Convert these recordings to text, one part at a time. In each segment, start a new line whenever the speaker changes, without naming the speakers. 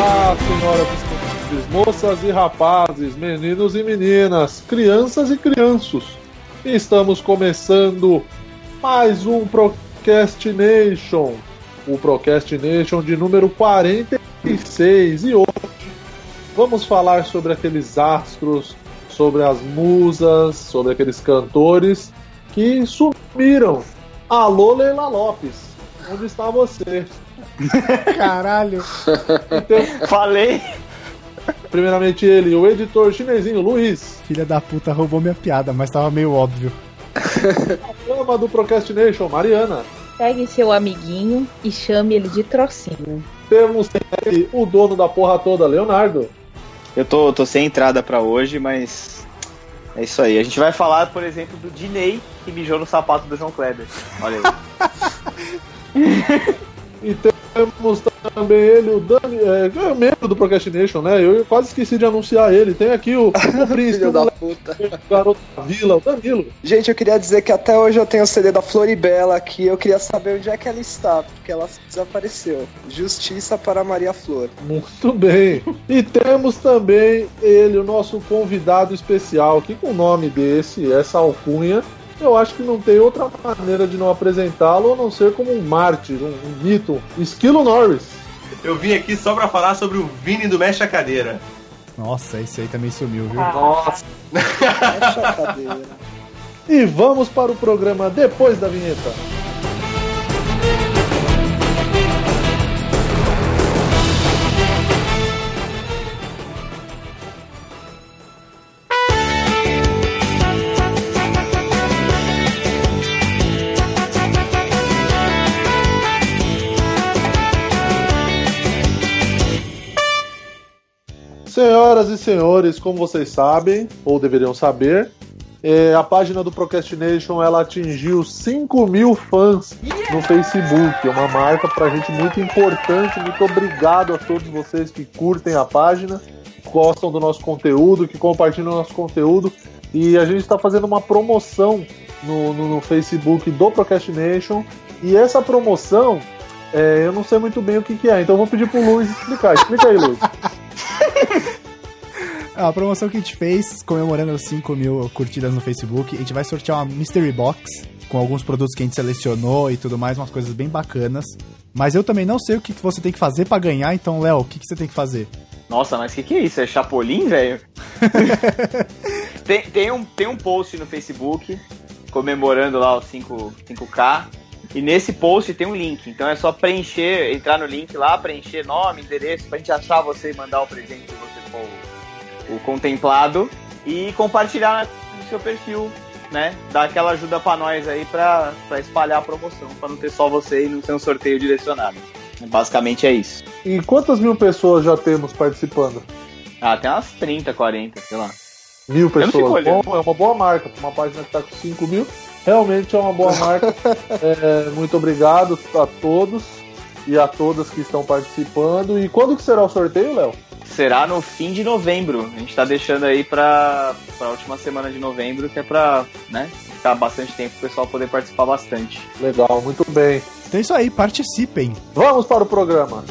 senhoras e senhores, moças e rapazes, meninos e meninas, crianças e crianços. Estamos começando mais um Procrastination, o Procrastination de número 46. E hoje vamos falar sobre aqueles astros, sobre as musas, sobre aqueles cantores que sumiram. Alô, Leila Lopes, onde está você?
Caralho.
Então,
Falei.
primeiramente ele, o editor chinesinho Luiz,
Filha da puta roubou minha piada, mas tava meio óbvio.
ama do Procrastination, Mariana.
Pegue seu amiguinho e chame ele de trocinho.
Temos ele, o dono da porra toda, Leonardo.
Eu tô, tô sem entrada pra hoje, mas. É isso aí. A gente vai falar, por exemplo, do Diney que mijou no sapato do João Kleber. Olha aí.
E temos também ele, o Dani, é, que é membro do Procrastination, né? Eu quase esqueci de anunciar ele. Tem aqui o, o príncipe,
Filho
o,
da
moleque,
puta.
o garoto da vila, o Danilo.
Gente, eu queria dizer que até hoje eu tenho o CD da Floribela aqui. Eu queria saber onde é que ela está, porque ela desapareceu. Justiça para Maria Flor.
Muito bem. E temos também ele, o nosso convidado especial, que com o nome desse, essa alcunha, eu acho que não tem outra maneira de não apresentá-lo a não ser como um mártir, um, um mito. Esquilo Norris.
Eu vim aqui só pra falar sobre o Vini do Mexe a Cadeira.
Nossa, esse aí também sumiu, viu?
Nossa.
Mexe a cadeira.
E vamos para o programa depois da vinheta. Senhoras e senhores, como vocês sabem, ou deveriam saber, é, a página do Procrastination ela atingiu 5 mil fãs no Facebook. É uma marca pra gente muito importante. Muito obrigado a todos vocês que curtem a página, que gostam do nosso conteúdo, que compartilham o nosso conteúdo. E a gente está fazendo uma promoção no, no- no Facebook do Procrastination. E essa promoção, é, eu não sei muito bem o que, que é, então eu vou pedir pro Luiz explicar. Explica aí, Luiz.
A promoção que a gente fez, comemorando as 5 mil curtidas no Facebook, a gente vai sortear uma Mystery Box com alguns produtos que a gente selecionou e tudo mais, umas coisas bem bacanas. Mas eu também não sei o que que você tem que fazer pra ganhar, então, Léo, o que, que você tem que fazer?
Nossa, mas o que, que é isso? É Chapolin, velho? tem, tem, um, tem um post no Facebook comemorando lá os 5, 5K. E nesse post tem um link. Então é só preencher, entrar no link lá, preencher nome, endereço, pra gente achar você e mandar o presente se você for o, o contemplado. E compartilhar no seu perfil, né? Dar aquela ajuda pra nós aí pra, pra espalhar a promoção, pra não ter só você e não ser um sorteio direcionado. Basicamente é isso.
E quantas mil pessoas já temos participando?
Ah, tem umas 30, 40, sei lá.
Mil
não fico
pessoas.
olhando.
Bom, é uma boa marca. pra Uma página que tá com 5 mil. Realmente é uma boa marca. É, muito obrigado a todos e a todas que estão participando. E quando que será o sorteio, Léo?
Será no fim de novembro. A gente tá deixando aí pra, pra última semana de novembro, que é pra, né, ficar bastante tempo pro pessoal poder participar bastante.
Legal, muito bem.
Então é isso aí, participem!
Vamos para o programa.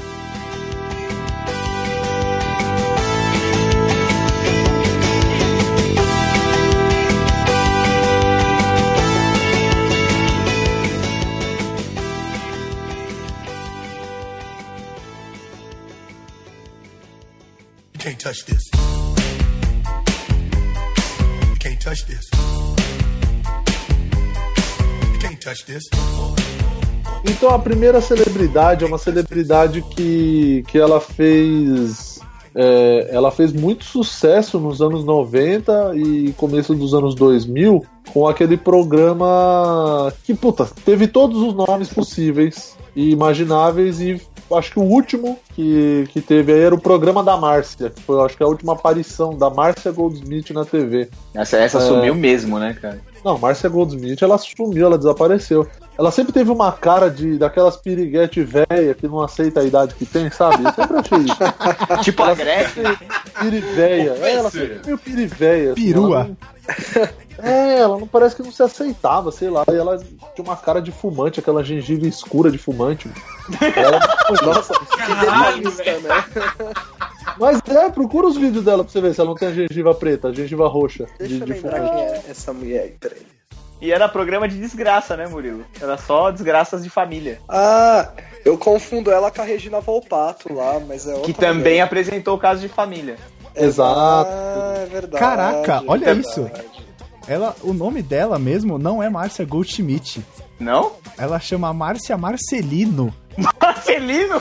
You can't touch this. You can't touch this. You can't touch this.
Então a primeira celebridade é uma celebridade que, que ela fez. é, ela fez muito sucesso nos anos 90 e começo dos anos 2000 com aquele programa que, puta, teve todos os nomes possíveis e imagináveis e acho que o último que, que teve aí era o programa da Márcia, que foi, acho que, a última aparição da Márcia Goldsmith na TV.
Essa, essa sumiu mesmo, né, cara?
Não, Márcia Goldsmith, ela sumiu, ela desapareceu. Ela sempre teve uma cara de daquelas piriguete velha que não aceita a idade que tem, sabe? Eu sempre achei isso.
Tipo a Gretchen.
Piriveia. É, ela sempre meio piriveia. assim,
Perua.
ela não- É, ela não parece que não se aceitava, sei lá. E ela tinha uma cara de fumante, aquela gengiva escura de fumante. Ela, nossa,
Que detalhista, né?
Mas é, procura os vídeos dela pra você ver se ela não tem a gengiva preta, a gengiva roxa.
Deixa
de-
eu
de
lembrar
fumante.
quem é essa mulher aí, peraí.
E era programa de desgraça, né, Murilo? Era só desgraças de família.
Ah, eu confundo ela com a Regina Volpato lá, mas é outra
Que também
mulher.
apresentou o caso de família.
Exato.
Ah, é verdade.
Caraca, olha
verdade.
isso. Ela, o nome dela mesmo não é Márcia Goldschmidt.
Não?
Ela chama Márcia Marcelino.
Marcelino!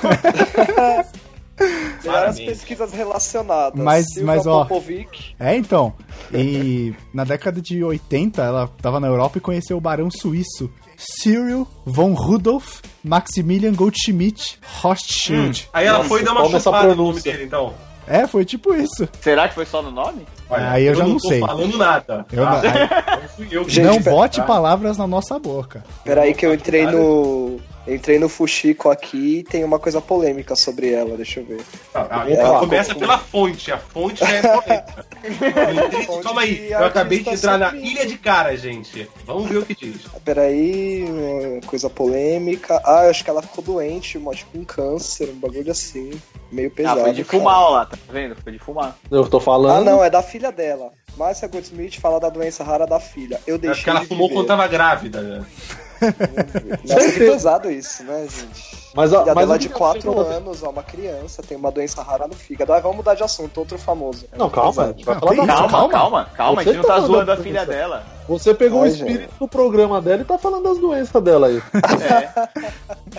Várias
Parabéns.
pesquisas relacionadas.
Mas-
Silvia
mas, ó,
Popovic,
É, então. E na década de 80, ela tava na Europa e conheceu o barão suíço Cyril von Rudolf Maximilian Goldschmidt Rothschild.
Aí ela
Nossa,
foi dar uma
toma essa
chupada no nome
pronúncia.
dele, então.
É, foi tipo isso.
Será que foi só no nome?
Aí eu já não
tô
sei.
falando nada.
Eu
tá?
não-
Não fui eu que
Gente,
não
pera-
tá.
bote palavras na nossa boca.
peraí que eu entrei no... Entrei no Fuxico aqui e tem uma coisa polêmica sobre ela, deixa eu ver.
Ah,
Vamos lá.
então começa pela fonte, a fonte já é polêmica.
Fonte
Calma aí,
de
eu acabei de
artista
entrar na
sempre-
Ilha de Cara, gente. Vamos ver o que diz.
Peraí, uma coisa polêmica. Ah, eu acho que ela ficou doente, uma, tipo um câncer, um bagulho assim. Meio pesado.
ah, foi de
cara.
fumar ó lá, tá vendo? Foi de fumar.
Eu tô falando.
Ah, não, é da filha dela. Márcia Goldsmith fala da doença rara da filha. Eu deixei.
Acho que ela
de
fumou
viver.
quando tava grávida. né?
Nossa, que pesado isso, né, gente?
Mas,
A
a,
filha
mas
dela é
o
de
que eu
4
achei-
anos, ó, uma criança, tem uma doença rara no fígado. Ah, vamos mudar de assunto, outro famoso. é,
Não, calma. a gente vai
Não,
falar
tem
da-
isso.
Calma, calma, calma. a gente
Você
não tá
tá
zoando a
mandando
filha
isso.
dela.
Você pegou
Ai,
o espírito do programa dela e tá falando das doenças dela aí.
É.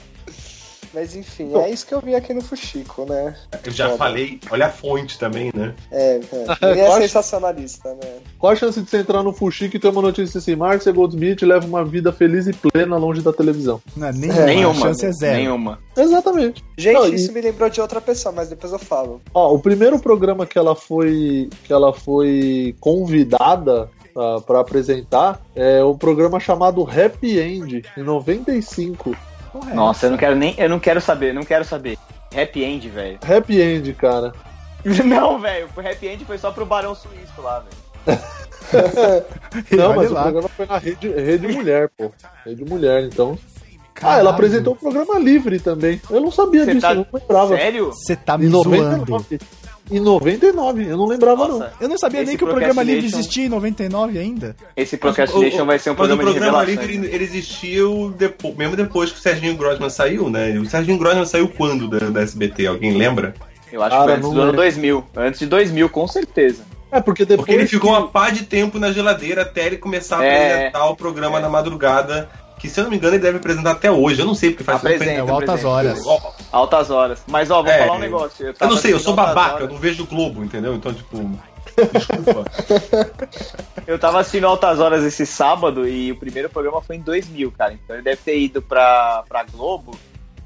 Mas enfim, é isso que eu vi aqui no Fuxico, né?
Eu já
Foda.
falei, olha a fonte também, né?
É, é. Ele é
Gosto.
sensacionalista, né?
Qual a chance de você entrar no Fuxico e ter uma notícia assim? Márcia Goldsmith leva uma vida feliz e plena longe da televisão.
Não,
É,
nenhuma.
nenhuma.
A chance é zero.
Nenhuma.
Exatamente.
Gente,
Não, e-
isso me lembrou de outra pessoa, mas depois eu falo.
Ó, o primeiro programa que ela foi que ela foi convidada para apresentar é o programa chamado Happy End em 95.
Porra, é.
Nossa, eu não quero nem. Eu não quero saber, não quero saber. Happy End, velho.
Happy End, cara.
Não, velho. O Happy End foi só pro Barão Suíço lá, velho.
E
Não,
olha
mas o
lá.
programa foi na rede, rede mulher, pô. Rede mulher, então. Ah,
Caralho,
ela apresentou o programa livre também. Eu não sabia
Você
disso,
tá-
eu não lembrava.
Sério?
Você tá me
Em
zoando.
99. Em 99, eu não lembrava, não.
Nossa,
Eu não sabia
Esse
nem que o programa livre
procrastination-
existia em 99 ainda.
esse Procrastination vai ser um
Mas
programa,
o programa
de
livre
revelações.
ele, ele existiu depo- mesmo depois que o Serginho Grosman saiu, né? O Serginho Grosman saiu quando da, da SBT? Alguém lembra?
Eu acho
Cara,
que foi
não
antes
é.
do ano
lembro.
2000. Antes de 2000, com certeza.
É, porque depois.
Porque ele ficou uma pá de tempo na geladeira até ele começar a
É.
apresentar o programa na madrugada. Que se eu não me engano, ele deve apresentar até hoje. Eu não sei porque faz tempo que
É
Apresenta.
ele-
o Altas
presente.
Horas.
Ó,
Altas horas. Mas, ó, vou
É,
falar um
eu-
negócio.
Eu
tava
não sei, eu
assistindo
sou
Altas
babaca, eu
Horas.
não vejo o Globo, entendeu? Então, tipo. Desculpa.
Eu tava assistindo Altas Horas esse sábado e o primeiro programa foi em 2000, cara. Então ele deve ter ido pra, pra Globo,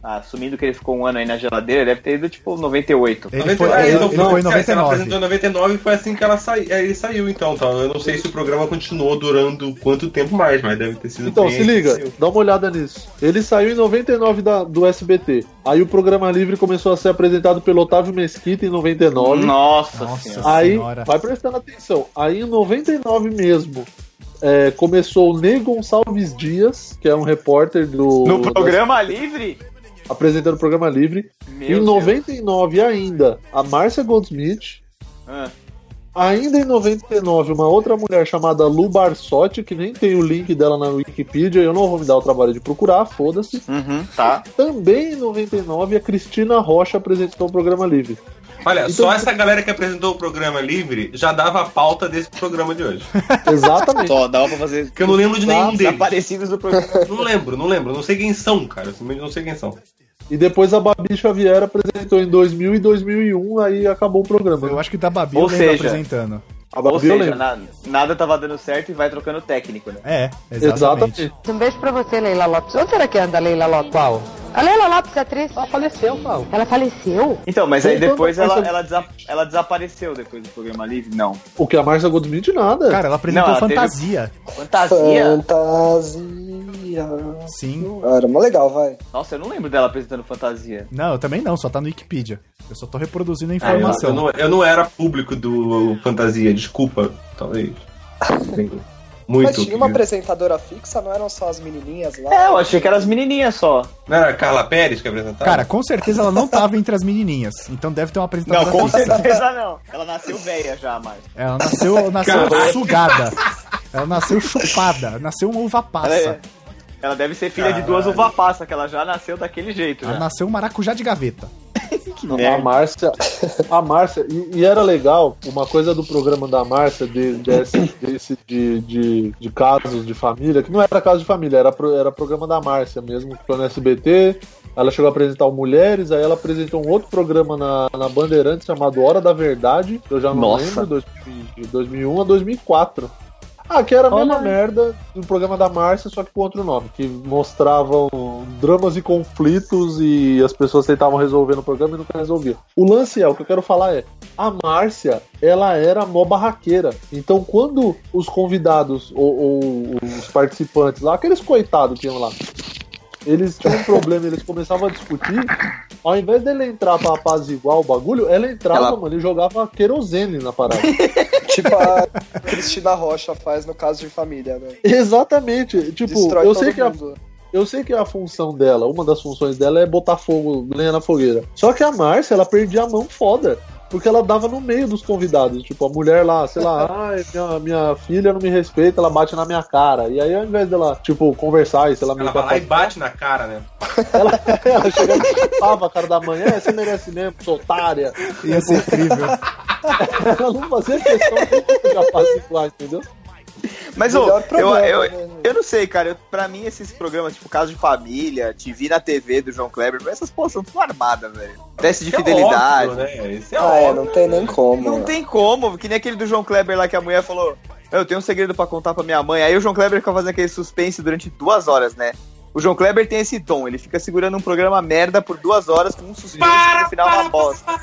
ah, assumindo que ele ficou um ano aí na geladeira, ele deve ter ido tipo 98.
Ele foi,
99,
ele,
então,
ele
não,
é, foi em
se Ela
99.
apresentou em 99 e foi assim que ela sai, aí ele saiu, então. Tá? Eu não sei se o programa continuou durando quanto tempo mais, mas deve ter sido.
Então,
bem-
se liga,
saiu.
dá uma olhada nisso. Ele saiu em 99 da, do SBT. Aí o programa livre começou a ser apresentado pelo Otávio Mesquita em 99.
Nossa,
Nossa.
senhora.
Aí,
Senhora.
vai prestando atenção. Aí em 99 mesmo, é, começou o Ney Gonçalves Dias, que é um repórter do.
No
do-
programa livre?
apresentando o programa livre.
Meu
em
Deus.
99 ainda, a Márcia Goldsmith.
Ah,
Ainda em 99, uma outra mulher chamada Lu Barsotti, que nem tem o link dela na Wikipedia, eu não vou me dar o trabalho de procurar, foda-se.
uhum, tá.
Também em 99, a Cristina Rocha apresentou o programa livre.
Olha,
Então-
só essa galera que apresentou o programa livre já dava a pauta desse programa de hoje.
Exatamente.
Só dava pra fazer
Porque eu não lembro de nenhum deles.
desaparecidos do programa.
Não lembro, não lembro. Não sei quem são, cara. Eu Não sei quem são.
E depois a Babi Xavier apresentou em 2000 e 2001, aí acabou o programa.
Eu acho que da Babi
Ou
eu lembro
seja-
apresentando.
A
Ou
Babi é eu
seja, né?
lembro.
na- nada tava dando certo e vai trocando técnico, né?
É,
Exatamente.
exatamente.
Um beijo pra você, Leila Lopes. Onde será que anda a Leila Lopes? Qual? A Leila Lopes, atriz. Ela faleceu, Paulo. Ela faleceu?
Então, mas aí
Voltando
depois
a
ela,
essa-
ela, desa- ela desapareceu depois do programa livre? Não.
O que a Márcia Goldschmidt, nada.
Cara, ela apresentou
Não, ela teve-
fantasia.
Fantasia?
Fantasia.
Sim.
Ah, Era mó legal, vai.
Nossa, eu não lembro dela apresentando fantasia.
Não, eu também não, só tá no Wikipedia. Eu só tô reproduzindo a
Ah, eu,
informação.
eu não, eu não era público do Fantasia, desculpa, talvez. Muito.
Mas tinha uma
querido.
apresentadora fixa, não eram só as menininhas lá?
É, eu achei que eram as menininhas só.
Não era a Carla Pérez que apresentava?
Cara, com certeza ela não tava entre as menininhas. Então deve ter uma apresentadora.
Não, com
fixa.
certeza não. Ela nasceu velha já, mas.
Ela nasceu, nasceu
Caralho.
sugada. Ela nasceu chupada. Nasceu uma uva
Ela,
passa.
é- ela deve ser filha de duas uva passa, que ela já nasceu daquele jeito.
Ela
Já.
nasceu um maracujá de gaveta.
Que
A Márcia, a Márcia, e, e era legal, uma coisa do programa da Márcia, de, desse, desse de, de, de casos de família, que não era caso de família, era, pro- era programa da Márcia mesmo, que foi no SBT, ela chegou a apresentar o Mulheres, aí ela apresentou um outro programa na, na Bandeirantes chamado Hora da Verdade, que eu já não
Nossa.
lembro, dois- de 2001 a 2004. Ah, que era a mesma merda do programa da Márcia, só que com outro nome, que mostravam dramas e conflitos e as pessoas tentavam resolver no programa e nunca resolviam. O lance é, o que eu quero falar é, a Márcia, ela era mó barraqueira. Então, quando os convidados ou, ou os participantes lá, aqueles coitados que iam lá, eles tinham um problema, eles começavam a discutir, ao invés dele entrar pra apaziguar o bagulho, ela entrava,
Ela-
mano, e jogava querosene na parada.
Tipo a Cristina Rocha faz no caso de família, né?
Exatamente. Tipo,
Destrói
eu
todo
sei, que a,
mundo.
eu sei que é a função dela, uma das funções dela é botar fogo, lenha na fogueira. Só que a Márcia, ela perdia a mão foda. Porque ela dava no meio dos convidados. Tipo, a mulher lá, sei lá, ai, minha, minha filha não me respeita, ela bate na minha cara. E aí, ao invés dela, tipo, conversar e sei lá, me
Ela vai lá e bate na cara, né?
ela chegava e tava a cara da manhã, é, você merece mesmo, sua otária.
Ia ser incrível.
Ela não fazia questão de apaziguar, entendeu?
Mas ô,
Melhor
eu,
programa,
eu,
né?
eu não sei, cara. Eu, pra mim, esses programas, tipo Caso de Família, TV na TV do João Kleber, essas porra são tudo armadas, velho. Teste de
Isso é
fidelidade.
óbvio, né? Isso é
Ah, é,
óbvio.
não tem nem como.
Não
né?
tem como, que nem aquele do João Kleber lá que a mulher falou: Eu tenho um segredo pra contar pra minha mãe. Aí o João Kleber fica fazendo aquele suspense durante duas horas, né? O João Kleber tem esse dom, ele fica segurando um programa merda por duas horas com um suspense e no final uma bosta.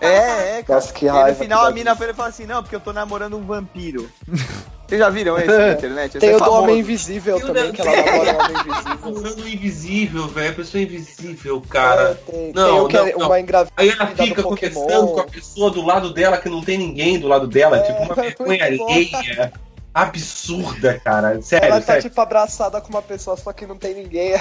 é, é, cara.
Nossa, que
E aí, no
raiva.
final
que
a
dá
mina
disso.
fala assim: Não, porque eu tô namorando um vampiro. Vocês já viram esse na internet? Esse
Tem
é
o do
famoso.
Homem Invisível
Meu
também,
Deus.
que ela namora o Homem Invisível.
Fulano invisível, velho. A pessoa invisível,
É,
cara.
tem,
Não,
tem o que é
não, não.
uma engravida.
Aí ela
Cuidado
fica
com
conversando
Pokémon.
com a pessoa do lado dela que não tem ninguém do lado dela.
É,
tipo, uma vergonha
muito bom.
alheia. Absurda, cara. Sério,
Ela tá
sério.
tipo abraçada com uma pessoa, só que não tem ninguém.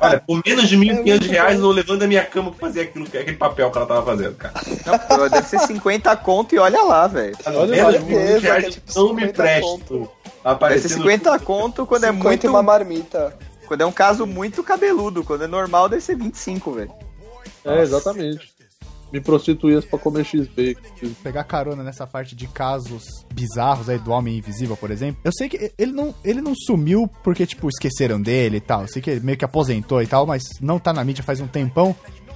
Olha, por menos de
É
1.500
muito
reais
bom.
eu levando a minha cama pra fazer aquilo, que- aquele papel que ela tava fazendo, cara.
Não, pô, deve ser 50 conto e olha lá, velho.
Por
Olha,
Olha
menos de
mesmo,
1.500
que é
reais
tipo
não me
50
presto.
conto.
Deve ser
Aparecendo
50 conto quando é
50
muito.
e uma marmita.
Quando é um caso muito cabeludo. Quando é normal, deve ser 25, velho.
É, exatamente. Me prostituía pra comer X-Bacon.
pegar carona nessa parte de casos bizarros aí do Homem Invisível, por exemplo, eu sei que ele não, ele não sumiu porque, tipo, esqueceram dele e tal. Eu sei que ele meio que aposentou e tal, mas não tá na mídia faz um tempão.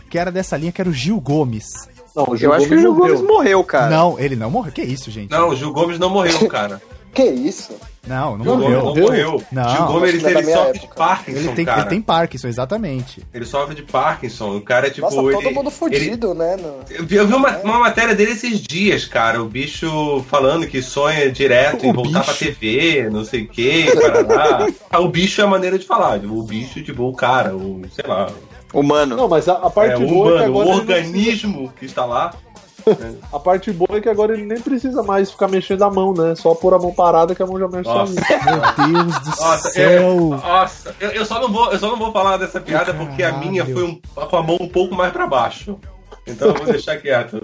Que era dessa linha que era o Gil Gomes.
Não, o Gil
Eu acho que o
Gomes
Gil Gomes
morreu.
morreu, cara.
Não, ele não morreu. Que isso, gente?
Não, o Gil Gomes não morreu, cara.
Que isso?
não, não
Gil Gomes
morreu.
não
Morreu?
morreu.
Não.
Gil Gomes ele,
Acho que
ele
é da minha
sofre de
época.
Parkinson,
Ele tem,
cara.
ele
Ele,
tem Parkinson, exatamente.
sofre de Parkinson. O cara é tipo.
Nossa,
ele-
todo mundo
ele-
fudido, É. né? no-
Eu vi, eu vi uma, uma matéria dele esses dias, cara. O bicho falando que sonha direto
O
em voltar pra
bicho.
TV, não sei o que, parará. Ah, o bicho é a maneira de falar. O bicho, tipo, o cara, o, sei lá,
Humano.
Não, mas a, a parte
é,
boa
o
é que
humano,
agora
o
ele não precisa-
organismo que está lá.
a parte boa é que agora ele nem precisa mais ficar mexendo a mão, né? Só pôr a mão parada que a mão já mexe
Nossa.
sozinha.
Meu Deus do
Nossa,
céu.
Nossa, eu, eu só não vou, eu só não vou falar dessa piada porque a minha
Caralho.
foi um- com a mão um pouco mais pra baixo. Então eu vou deixar quieto.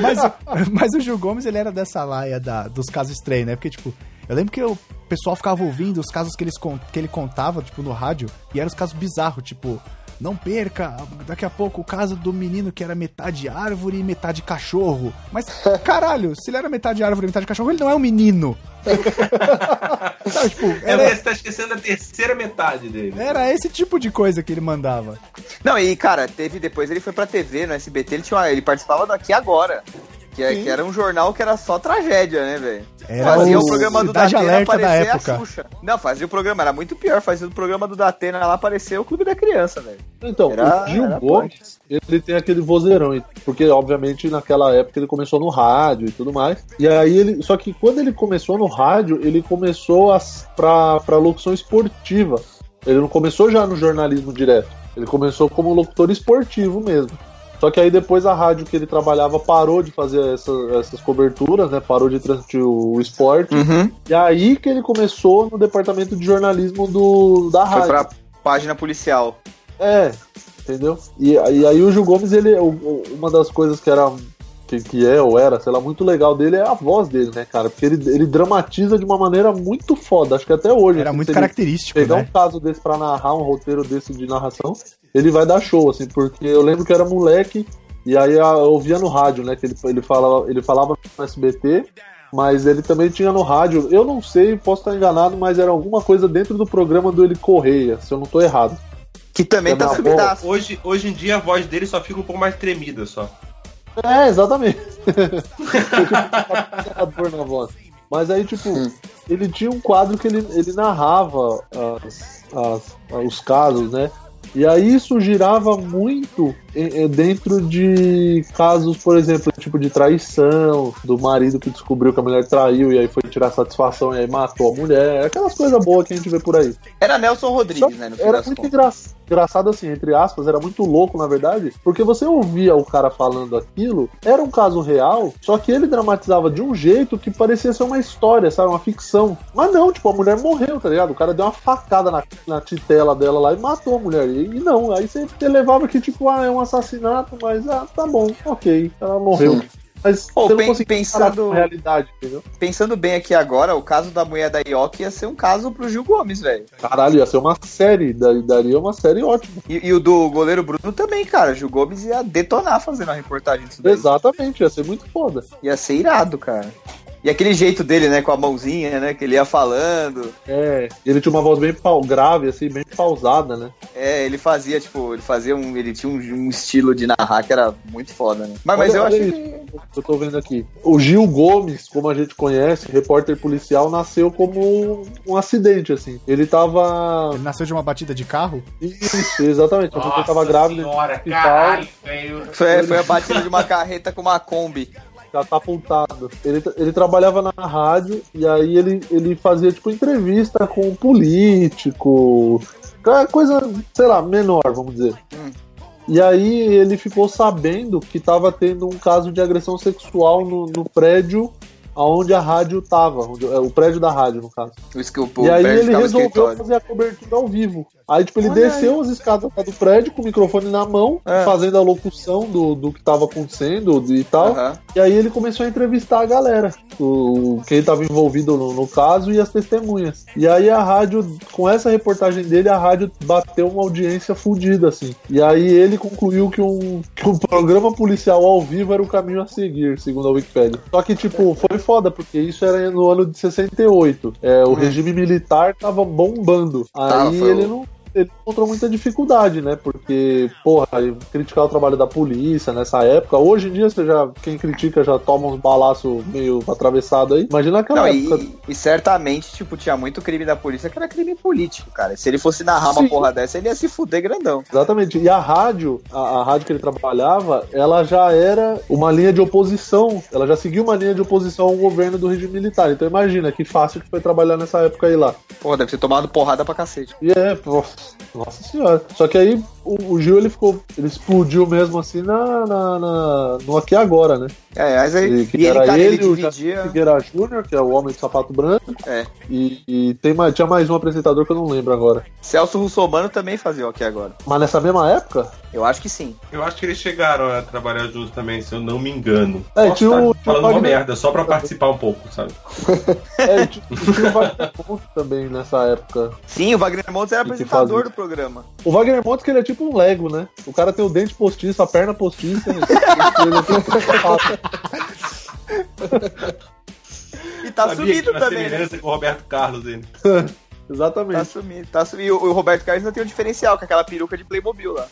Mas,
é.
mas o Gil Gomes, ele era dessa laia da, dos casos estranhos, né? Porque, tipo, eu lembro que o pessoal ficava ouvindo os casos que, eles, con- que ele contava, tipo, no rádio, e eram os casos bizarros, tipo, não perca, daqui a pouco o caso do menino que era metade árvore e metade cachorro. Mas, caralho, se ele era metade árvore e metade cachorro, ele não é um menino. Sabe, tipo,
Ela
era,
está esquecendo a terceira metade dele.
era esse tipo de coisa que ele mandava.
Não, e cara, teve depois ele foi pra TV no SBT, ele, tinha uma- ele participava do Aqui Agora. Que, é- que era um jornal que era só tragédia, né, velho?
Era
Fazia o programa do
Cidade
Datena
Alerta da
aparecer
época.
a Xuxa. Não, fazia o programa, era muito pior. Fazia o programa do Datena lá aparecer o Clube da Criança, velho.
Então,
Era-
o Gil
era
Gomes, ele tem aquele vozeirão, e- porque obviamente naquela época ele começou no rádio e tudo mais. E aí ele, só que quando ele começou no rádio, ele começou as, pra, pra locução esportiva. Ele não começou já no jornalismo direto. Ele começou como locutor esportivo mesmo. Só que aí depois a rádio que ele trabalhava parou de fazer essa- essas coberturas, né? Parou de transmitir o esporte.
Uhum.
E aí que ele começou no departamento de jornalismo do, da
Foi
rádio.
pra página policial.
É, entendeu? E, e aí o Gil Gomes, ele, o- o- uma das coisas que era, que, que é ou era, sei lá, muito legal dele é a voz dele, né, cara? Porque ele, ele dramatiza de uma maneira muito foda, acho que até hoje.
Era
assim,
muito
se ele
característico,
Pegar um
né?
caso desse pra narrar, um roteiro desse de narração, ele vai dar show, assim, porque eu lembro que eu era moleque e aí a- eu ouvia no rádio, né, que ele, ele, falava, ele falava no SBT, mas ele também tinha no rádio, eu não sei, posso estar enganado, mas era alguma coisa dentro do programa do Ele Correia, se eu não tô errado.
Que também
Tá
tá
na
sumidaço.
Hoje, hoje em dia a voz dele só fica um pouco mais tremida só.
É, exatamente. Foi tipo uma dor na voz. Mas aí, tipo, ele tinha um quadro que ele, ele narrava as- as- os casos, né? E aí isso girava muito eh, eh, dentro de casos, por exemplo, tipo de traição, do marido que descobriu que a mulher traiu e aí foi tirar satisfação e aí matou a mulher, aquelas coisas boas que a gente vê por aí.
Era Nelson
Só-
Rodrigues, né? No fim
Então, era
das
muito
contas.
engra- engraçado assim, entre aspas, era muito louco, na verdade, porque você ouvia o cara falando aquilo, era um caso real, só que ele dramatizava de um jeito que parecia ser uma história, sabe? Uma ficção. Mas não, tipo, a mulher morreu, tá ligado? O cara deu uma facada na, na titela dela lá e matou a mulher. E, e não, aí você, você levava que, tipo, ah, é um assassinato, mas ah, tá bom, ok, ela morreu. Mas
Pô,
você
pen-
não conseguia
pensado-
parar né? com a realidade, entendeu?
Pensando bem aqui agora, o caso da mulher da Ioki ia ser um caso pro Gil Gomes, velho.
Caralho, ia ser uma série, dar- daria uma série ótima.
E, e o do goleiro Bruno também, cara. Gil Gomes ia detonar fazendo a reportagem disso daí.
Exatamente, ia ser muito foda.
Ia ser irado, cara. E aquele jeito dele, né, com a mãozinha, né, que ele ia falando.
É, ele tinha uma voz bem pau, grave, assim, bem pausada, né?
É, ele fazia, tipo, ele fazia um. Ele tinha um, um estilo de narrar que era muito foda, né? Mas, mas
Olha-
eu
olha
acho que.
isso que Eu tô vendo aqui. O Gil Gomes, como a gente conhece, repórter policial, nasceu como um acidente, assim. Ele tava.
Ele nasceu de uma batida de carro?
Isso, exatamente. A pessoa tava grávida,
senhora,
hospital.
caralho, velho.
Foi, foi a batida de uma carreta com uma Kombi.
já tá apontado. Ele, ele trabalhava na rádio e aí ele, ele fazia, tipo, entrevista com político. ca- Coisa, sei lá, menor, vamos dizer.
Hum.
E aí ele ficou sabendo que tava tendo um caso de agressão sexual no, no prédio aonde a rádio tava. onde- é, o prédio da rádio, no caso.
O que o o
e aí
prédio
ele
ficava no
resolveu
escritório.
fazer a cobertura ao vivo. Aí, tipo, ele
Olha
desceu as escadas lá do prédio com o microfone na mão,
É.
fazendo a locução do, do que tava acontecendo e tal.
Aham.
E aí ele começou a entrevistar a galera, o, quem estava envolvido no, no caso e as testemunhas. E aí a rádio, com essa reportagem dele, a rádio bateu uma audiência fodida, assim. E aí ele concluiu que um, que um programa policial ao vivo era o caminho a seguir, segundo a Wikipedia. Só que, tipo, foi foda, porque isso era no ano de 68. É, o regime militar tava bombando. Aí
Hum. Tava, foi
ele
o-
não ele encontrou muita dificuldade, né? Porque, porra, criticar o trabalho da polícia nessa época. Hoje em dia, você já, quem critica já toma uns balaços meio atravessado aí. Imagina aquela
Não,
época.
e, e certamente, tipo, tinha muito crime da polícia que era crime político, cara. Se ele fosse narrar uma
Sim.
porra dessa, ele ia se fuder grandão.
Exatamente. E a rádio, a, a rádio que ele trabalhava, ela já era uma linha de oposição. Ela já seguiu uma linha de oposição ao governo do regime militar. Então imagina que fácil que foi trabalhar nessa época aí lá.
Porra, deve ter tomado porrada pra cacete.
E é, pô, nossa senhora. Só que aí o, o Gil ele ficou. Ele explodiu mesmo assim na, na, na- no aqui e agora, né?
É, mas
E
aí.
que
E, ele,
era
cara, ele,
ele, o
dividia.
Figueira Júnior, que é o homem de sapato branco.
É.
E, e tem mais, tinha mais um apresentador que eu não lembro agora.
Celso Russomano também fazia o aqui agora.
Mas nessa mesma época?
Eu acho que sim.
Eu acho que eles chegaram a trabalhar juntos também, se eu não me engano.
É,
Posso
tinha
estar
o- tinha o
falando uma
Wagner-
merda, só pra participar um pouco, sabe?
É, tinha tinha o Wagner Montes também nessa época.
Sim, o Wagner Montes era
E que
apresentador
fazia.
do programa.
O Wagner Montes que ele é tipo um Lego, né? O cara tem o dente postiço, a perna postiça. ele é tipo um sapato.
E tá
Sabia que
sumido
tinha uma
também, né?
semelhança com o Roberto Carlos aí.
Exatamente.
Tá sumido, tá sumido. E o o Roberto Carlos ainda tem um diferencial com aquela peruca de Playmobil lá.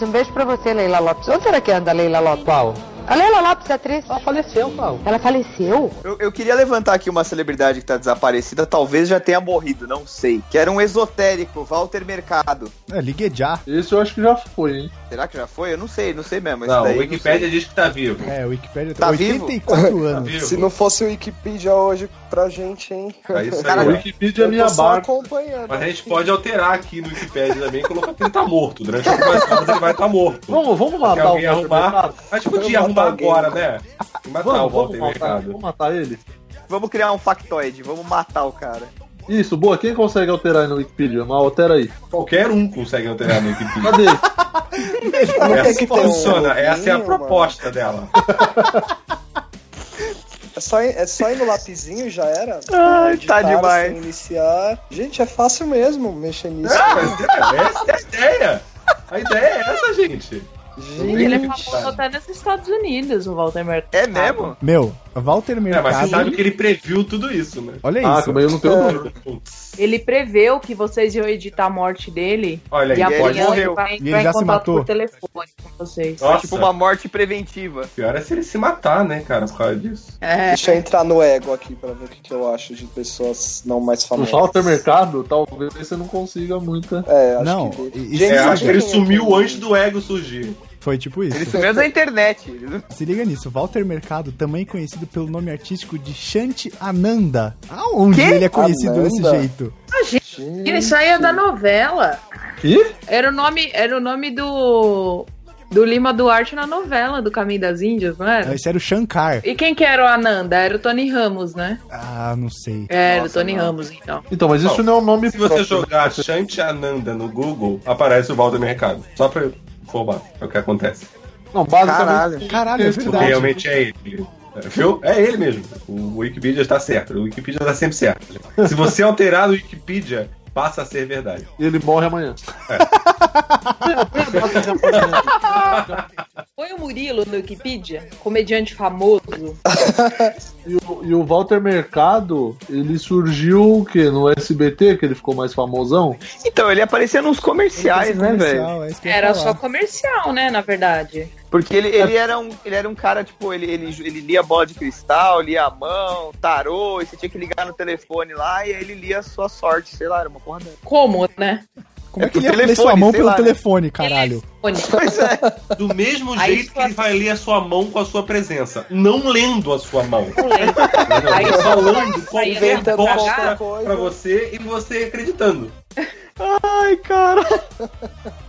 Um beijo pra você, Leila Lopes. Onde será que anda a Leila Lopes? Qual? A Leila Lopes, atriz, ela faleceu, qual? Ela faleceu?
Eu, eu queria levantar aqui uma celebridade que tá desaparecida, talvez já tenha morrido, não sei. Que era um esotérico, Walter Mercado.
É, liguejar.
Esse eu acho que já foi, hein?
Será que já foi? Eu não sei, não sei mesmo. esse
Não,
daí,
o Wikipedia diz que tá vivo.
É, o Wikipedia
Tá
tá 84
Tá
anos.
vivo.
Se não fosse o Wikipedia hoje pra gente, hein?
Tá isso aí,
O
ó.
Wikipedia é
Eu
minha
tô só
barca.
acompanhando.
Mas a gente pode alterar aqui no Wikipedia também e colocar que ele tá morto. Durante a conversa ele vai estar tá morto.
Vamos, vamos
Se
matar o
alguém
Walter
arrumar.
Mercado?
Mas
Vamos
podia
matar
arrumar
alguém.
agora, né? E matar o
Vamos,
Walter
vamos matar,
Mercado.
vamos matar ele?
Vamos criar um factoide, vamos matar o cara.
Isso, boa. Quem consegue alterar aí no Wikipedia? Mas altera aí.
Qualquer um consegue alterar no Wikipedia.
Cadê?
Não tem
Essa
que ter um
é assim funciona,
loginho,
essa é a
mano.
proposta dela.
É só, ir- é só ir no lapizinho já era?
Ai, tá
Editar,
demais.
sem Iniciar. Gente, é fácil mesmo mexer nisso.
essa é a ideia. A ideia é essa, gente.
Gente,
Ele é famoso até nos Estados Unidos, o Walter Mercado.
Tá É
Tá
mesmo?
Meu, Walter
É,
Mercado.
mas você sabe que ele previu tudo isso, né?
Olha
Ah,
isso.
é
também eu não tenho dúvida.
Ele preveu que vocês iam editar a morte dele
Olha
e a é
aí,
ele
pode
amanhã
morrer.
ele vai
E ele
entrar
já
em
se
contato
matou.
por telefone com vocês.
Nossa,
Tipo uma morte preventiva.
pior é se ele se matar, né, cara, por causa disso.
É.
Deixa eu entrar no ego aqui pra ver o que, que eu acho de pessoas não mais
No
famosas.
Walter Mercado, Um talvez você não consiga muita.
É, acho
Não,
que...
e- e-
Gente,
É,
sabe
acho que ele
quem é
sumiu
que-
antes do ego surgir.
Foi tipo
Ele
isso.
sumiu da internet. Ele não-
Se liga nisso. Walter Mercado, também conhecido pelo nome artístico de Shanti Ananda. Aonde
Quê?
ele é conhecido desse
Ananda?
jeito?
Ele
é
saía da novela.
Que?
Era o nome, era o nome do, do Lima Duarte na novela do Caminho das Índias, não era?
Esse É, era o Shankar.
E quem que era o Ananda? Era o Tony Ramos, né? É,
Ah, não sei.
Era
Nossa,
o Tony
não.
Ramos, então.
Então, mas isso não é um nome
Se você
próprio.
jogar Shanti Ananda no Google, aparece o Valdo Mercado. Só pra eu informar é o que acontece.
Não, basicamente.
Caralho.
Caralho, é
Porque
verdade.
realmente é ele. É, Viu? É ele mesmo. O Wikipedia está certo. O Wikipedia está sempre certo. Se você alterar o Wikipedia, passa a ser verdade.
Ele morre amanhã.
Foi o Murilo no Wikipedia? Comediante famoso.
E o, e o Walter Mercado, ele surgiu o quê? No SBT, que ele ficou mais famosão?
Então, ele aparecia nos comerciais, né, velho?
É isso que eu ia
Era
falar.
só comercial, né, na verdade.
Porque ele, ele, era um, ele era um cara, tipo, ele, ele, ele lia bola de cristal, lia a mão, tarô, e você tinha que ligar no telefone lá, e aí ele lia a sua sorte, sei lá, era uma porra dessa.
Como, né?
Como é,
É
que ele
por
ia ler
telefone,
sua mão
sei
pelo
lá, né?
telefone, caralho?
Telefone.
Pois é.
Do mesmo
Aí
jeito que
sua-
ele vai ler a sua mão com a sua presença. Não lendo a sua mão.
Aí
Entendeu?
sua
Falando
mão
qualquer
Inventando
bosta
qualquer
pra
coisa.
você e você acreditando.
Ai, cara.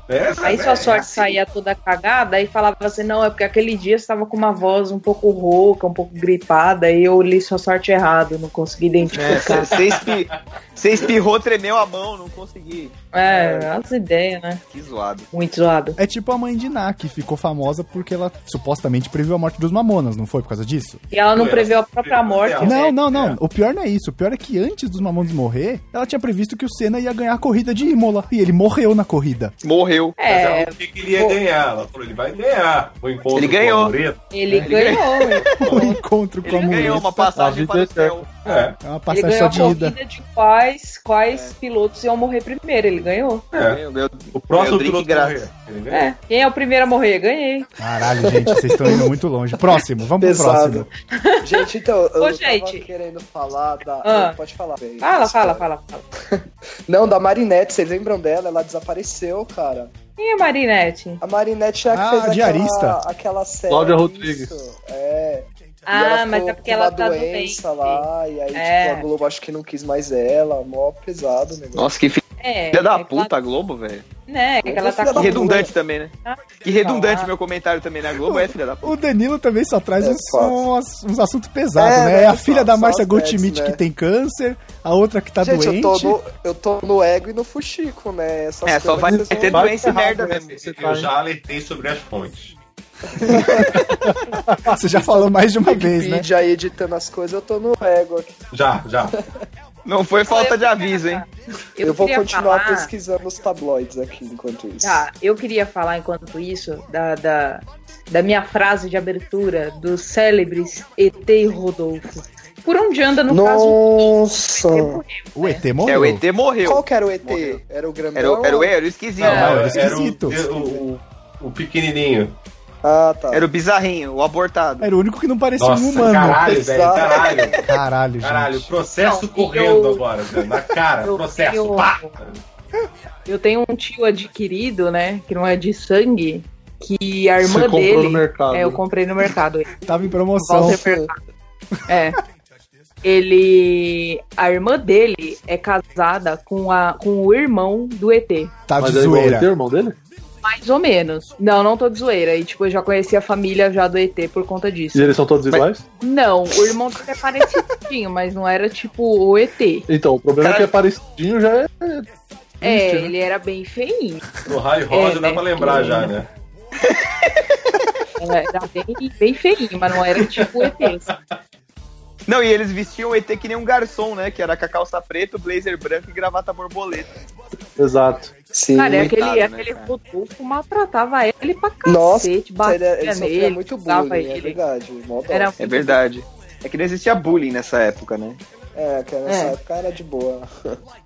É,
Aí
é,
sua sorte saía toda cagada e falava assim, não, é porque aquele dia você tava com uma voz um pouco rouca, um pouco gripada, e eu li sua sorte errado, não consegui identificar.
Você É, espi- você espirrou, tremeu a mão, não consegui.
É, as ideias, né?
Que zoado.
Muito zoado.
É tipo a mãe de Ná, que ficou famosa porque ela supostamente previu a morte dos mamonas, não foi por causa disso?
E ela não
É,
preveu a própria morte.
Ah,
é.
né?
Não, não, não.
É.
O pior não é isso. O pior é que antes dos mamonas morrer, ela tinha previsto que o Senna ia ganhar a corrida de Imola. E ele morreu na corrida.
Morreu.
Mas
É,
ela não sabia que ele ia ganhar. Ela falou, ele vai ganhar. O encontro
Ele
com a
ganhou.
Lorena.
ele ganhou.
Tá
O um encontro com
Ele
a mulher.
ganhou uma
A
passagem
vida
para
é
o céu.
É,
É uma
Ele
passagem
ganhou
só
a
de ida.
corrida de quais, quais pilotos iam morrer primeiro. Ele ganhou.
é.
Meu Deus.
O próximo
Eu drink
piloto
grátis.
morrer. Ele ganhou.
É, quem é o primeiro a morrer? Ganhei.
Caralho, gente, vocês estão indo muito longe. Próximo, vamos pro
Pesado.
próximo.
Gente, então, eu
Ô,
tava
gente.
querendo falar da...
Ah.
Não, Pode falar, velho.
Fala, fala, fala, fala.
Não, da Marinette, vocês lembram dela? Ela desapareceu, cara.
Quem é a Marinette?
A Marinette é a que
Ah,
fez
a diarista.
aquela, aquela série.
Cláudia
isso.
Rodrigues.
É. E
Ah, mas
ficou
é porque
com
ela
uma
tá doente.
doença lá, e aí
É.
tipo, a Globo acho que não quis mais ela, mó pesado o negócio.
Nossa, que filha
É,
da
é
puta a Globo, velho.
claro, né? Que ela tá
Filha
Que
da
com
redundante também, né?
Ah,
Que redundante
lá.
meu comentário também, né? A Globo é filha da puta.
O Danilo também só traz
É
uns,
fácil.
uns, uns assuntos pesados,
É,
né?
né,
É a
pessoal,
filha da
só
Márcia
os pets,
Goldschmidt
né?
que tem câncer, a outra que tá
Gente,
doente.
eu tô, no, eu tô no ego e no fuxico, né? Essas
É, só
coisas
vai
vocês
ter
vão-
doença e merda mesmo.
Você tá
É.
Eu
aí.
já alertei sobre as fontes.
Você já falou mais de uma vez, né?
Wikipedia aí editando as coisas, eu tô no ego aqui.
Já, já.
Não foi falta de aviso, hein?
Eu, vou
queria
continuar
falar-
pesquisando os tabloides aqui enquanto isso.
Tá, eu queria falar enquanto isso da, da, da minha frase de abertura dos célebres ET e Rodolfo. Por onde anda no caso?
Nossa!
O ET
É,
morreu.
o ET morreu.
Qual que era o ET?
Morreu.
Era o grandão?
Era, o- era o era o esquisito. né?
Não,
É.
era
era
esquisito.
o, o, o pequenininho.
Ah, tá.
Era o bizarrinho, o abortado.
Era o único que não parecia
Nossa,
um humano. Caralho,
caralho, velho,
Exato.
caralho.
gente.
Caralho, processo
Não, e
correndo
eu-
agora, velho, na cara,
eu- um-
processo,
eu-
pá!
Eu tenho um tio adquirido, né? Que não é de sangue. Que a
Você
irmã
comprou
dele.
no mercado.
É, eu comprei no mercado.
Tava em promoção.
Walter Mercado. É. Ele. A irmã dele é casada com, a, com o irmão do ET.
Tá
Mas
de
é igual o
zoeira.
ET, irmão dele?
Mais ou menos. Não, não tô de zoeira. E, tipo, eu já conheci a família já do ET por conta disso.
E eles são todos iguais?
Não, o irmão dele é parecidinho, mas não era tipo o ET.
Então, o problema é que é parecidinho já é.
É,
Triste, né?
ele era bem feinho.
No raio rosa
É,
dá
né?
pra lembrar já, né?
Ela era bem, bem feinho, mas não era tipo o ET.
Não, e eles vestiam o ET que nem um garçom, né? Que era com a calça preta, o blazer branco e gravata borboleta.
Exato.
Sim.
Cara, é
Coitado,
aquele,
né,
aquele
cara?
Rodolfo maltratava ele pra
Nossa,
cacete,
ele,
batia
ele sofria
nele,
muito bullying,
dava
é verdade. mó dó.
Era
É verdade. É que não existia bullying nessa época, né?
É, cara, nessa
É.
época era de boa.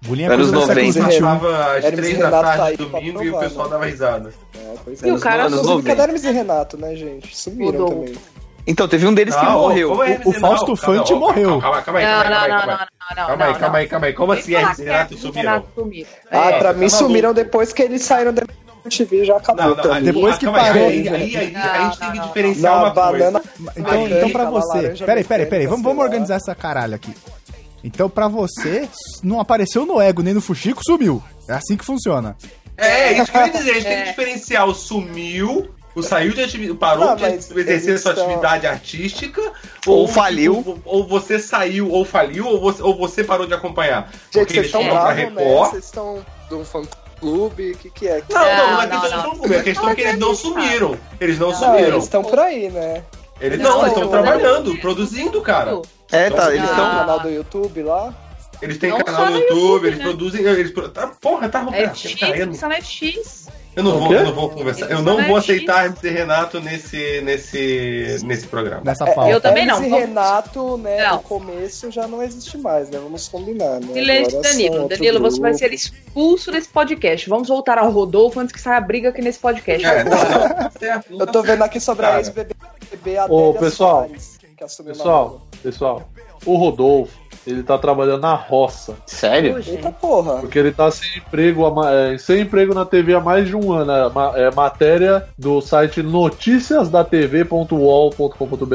Bullying é
Anos
coisa do século
90.
Eu
XXI.
tava às
Hermes
três da
Renato tá
tarde
aí pra
domingo e o
provar,
pessoal
né?
dava risada.
É, pois é.
E o cara
Anos 90.
Inclusive, cadê Hermes e Renato, né, gente? Sumiram
Rodolfo.
também.
Então, teve um deles que
Não,
morreu.
como é Hermes
O- o
Renato?
Fausto
Calma,
Fante
ó,
morreu.
Calma, calma aí,
Não,
calma aí,
não, não, não, não,
calma aí.
não,
Calma aí, calma aí, calma aí. Como assim Hermes e Renato sumiram?
Ah,
É,
pra
tá
mim
maluco.
sumiram depois que eles saíram da MTV, já acabou
Não, não,
também.
ali-
Depois
ah,
que
calma aí,
parou.
Aí, aí, aí, a gente tem que
Não,
diferenciar
Na
uma coisa.
banana.
Então,
Aí,
então pra
tava
você.
laranja
Peraí, peraí, peraí.
mecânica,
Vamos,
sei
vamos
lá.
organizar essa caralho aqui. Então, pra você, não apareceu no ego nem no Fuxico, sumiu. É assim que funciona.
É, isso que eu ia dizer. A gente tem
É.
que diferenciar o sumiu, o saiu de atividade, parou
Não,
de
mas
exercer a sua
eles são-
atividade artística.
Ou faliu.
Ou, tipo, ou você saiu, ou faliu, ou você, ou você parou de acompanhar.
Gente, vocês estão
foram pra
bravos, né?
Record.
Vocês estão de um fã-clube, o que que é?
Não, não, não é
Não,
questão
não,
de
não.
fã-clube, é a questão é que eles não sumiram. Eles não,
Não,
sumiram.
eles estão por aí, né?
Eles
Não,
não, eles estão
não.
trabalhando, produzindo, cara.
É, tá, eles
Não.
Eles têm
Ah.
estão.
canal do YouTube lá.
Eles têm
Não
canal
só
no
no
YouTube,
YouTube,
eles
né?
produzem. Eles pro... tá, porra, tá
É
cara,
X,
tá indo.
isso não é X.
Eu não
O
vou,
quê?
eu não vou conversar. Eu não
Isso
vou
não é
aceitar Hermes e Renato nesse, nesse, nesse programa.
Nessa pauta.
É, Eu também não.
Hermes e
Vamos-
Renato, né,
Não.
no começo já não existe mais, né? Vamos combinar, né?
Silêncio,
Agora são
Danilo.
outro
Danilo, você vai
grupo.
ser expulso desse podcast. Vamos voltar ao Rodolfo antes que saia a briga aqui nesse podcast.
É, não, não, tá certo, não
Eu
tá
tô vendo aqui sobre
Cara.
a ex-BBB a
Ô,
Adélia
pessoal.
Soares, que assumiu na
Pessoal, pessoal, o Rodolfo, ele tá trabalhando na roça.
Sério?
Pô, gente.
Eita porra.
Porque ele tá sem emprego, há ma- é, sem emprego na TV há mais de um ano. É ma- É matéria do site noticiasdatv.uol.com.br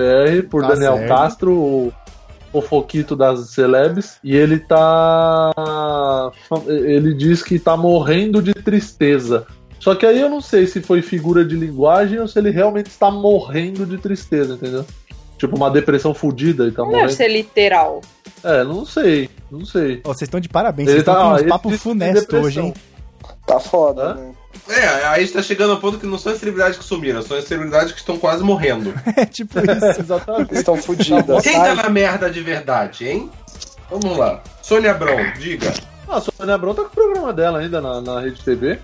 por
Tá
Daniel
certo.
Castro, o fofoquito das celebs. E ele tá. Ele diz que tá morrendo de tristeza. Só que aí eu não sei se foi figura de linguagem ou se ele realmente está morrendo de tristeza, entendeu? Tipo uma depressão fodida e tá
Não deve
morrendo.
ser literal.
É, não sei, não sei.
Ô, Vocês estão de parabéns,
Ele
vocês estão
tá-
com
ó,
uns
ele
papos
disse que
funestos
depressão.
hoje, hein?
Tá foda,
Hã?
né?
É, aí tá chegando ao ponto que não são as celebridades que sumiram, são as celebridades que estão quase morrendo.
É tipo isso.
Exatamente.
Estão fodidas.
Quem tá na merda de verdade, hein? Vamos lá. Sônia Abrão, diga.
Ah, a Sônia Abrão tá com o programa dela ainda na, na Rede TV.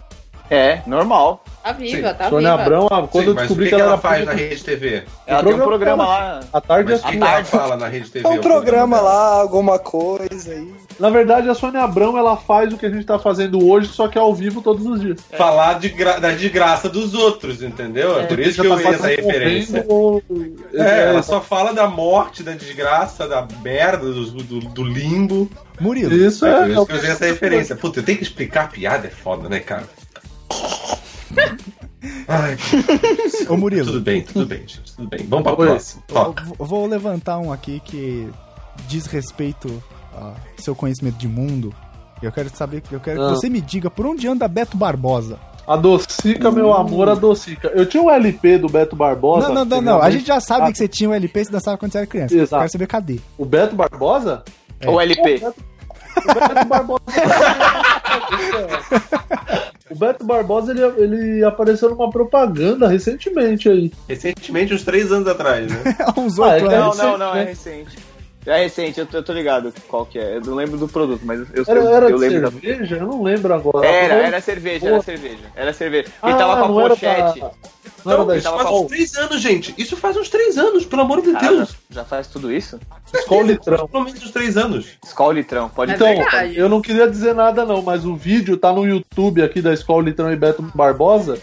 É, normal.
Tá viva, tá
Sônia
viva.
Abrão, ah, quando eu
Sim, mas
descobri
o que,
que, ela, era
faz na
pública-
Rede TV?
Ela tem um
programa
programa lá.
dela. à tarde
Mas o
assim.
que, que ela fala na Rede TV?
É um
O
programa
dela?
lá, alguma coisa aí.
Na verdade, a Sônia Abrão ela faz o que a gente tá fazendo hoje, só que é ao vivo todos os dias.
Falar de gra- da desgraça dos outros, entendeu? É, por isso que eu vi essa
quase
referência.
morrendo, ou-
É,
um é,
ela só fala da morte, da desgraça, da merda, do, do, do limbo.
Murilo,
Isso
É,
é.
por isso que eu vi essa referência. Puta, eu tenho que explicar a piada, é foda, né, cara? Ai,
ô Murilo,
tudo bem, tudo bem, gente, tudo bem. Vamos pra
Oi.
próxima.
eu
Ó,
vou- eu vou levantar um aqui que diz respeito ao seu conhecimento de mundo. Eu quero saber, eu quero
Ah.
que você me diga por onde anda Beto Barbosa.
A Docica, meu amor, a Docica. Eu tinha um LP do Beto Barbosa.
Não, não, não,
que
não. A
realmente-
gente já sabe
Ah.
que você tinha um LP e você dançava quando você era criança.
Exato.
Eu quero saber cadê.
O Beto Barbosa?
É.
Ou LP.
O Beto Barbosa. o Beto Barbosa ele, ele apareceu numa propaganda recentemente aí.
recentemente, uns três anos atrás, né?
Há uns
Ah, é
oito
que
anos.
Não,
recente,
não, não,
né?
é recente. É recente, eu tô, eu tô ligado qual que é. Eu não lembro do produto, mas eu, eu,
Era,
eu,
era
eu
de
lembro da
cerveja? Eu não lembro agora.
Era,
Foi-
era cerveja,
Boa.
era cerveja. Era cerveja. E
Ah,
tava com
não
a
era
pochete.
da- Não era
Então,
da
isso
tava
faz
com-
uns três anos, gente. Isso faz uns três anos, pelo amor de
Cara,
Deus.
Ah, já, já faz tudo isso?
Skol Litrão.
Pelo menos uns três anos.
Skol Litrão, pode
É
Então,
verdade.
eu não queria dizer nada não, mas o vídeo tá no YouTube aqui da Escola Litrão e Beto Barbosa.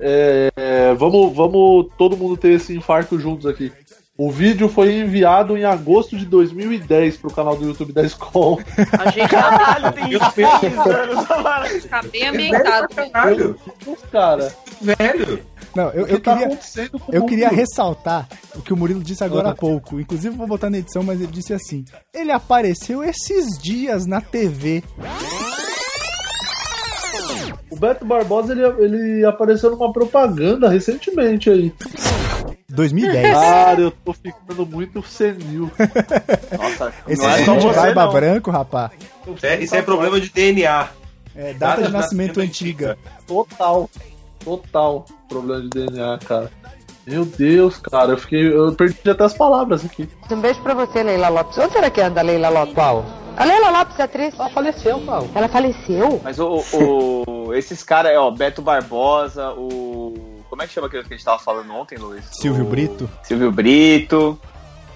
É, é, vamos, vamos todo mundo ter esse infarto juntos aqui. O vídeo foi enviado em agosto de 2010 pro canal do YouTube da escola.
A gente tá
Caralho, tem
Meu
10 anos a mais.
tá bem
Velho
ambientado.
pra caralho.
Cara,
Velho.
Não, eu,
o que
eu
tá
queria.
acontecendo com o
Eu queria
mundo? Ah.
ressaltar o que o Murilo disse agora há pouco. Inclusive, vou botar na edição, mas ele disse assim: Ele apareceu esses dias na TV.
O Beto Barbosa, ele, ele apareceu numa propaganda recentemente aí.
2010.
Cara, eu tô ficando muito senil.
Nossa,
Esse
não é só
vídeo de
você,
barba
não.
branco, rapá.
É, isso é problema de DNA.
É, data de
de
nascimento
nascimento
antiga.
Total. Total. Problema de DNA, cara. Meu Deus, cara, eu fiquei. Eu perdi até as palavras aqui.
Um beijo pra você, Leila Lopes. Onde será que anda a Leila Lopes? Qual? A Leila Lopes, atriz. Ela faleceu, qual? Ela faleceu?
Mas o, o- esses caras, ó, Beto Barbosa, o. Como é que chama aquele que a gente tava falando ontem, Luiz?
Silvio
O-
Brito.
Silvio Brito.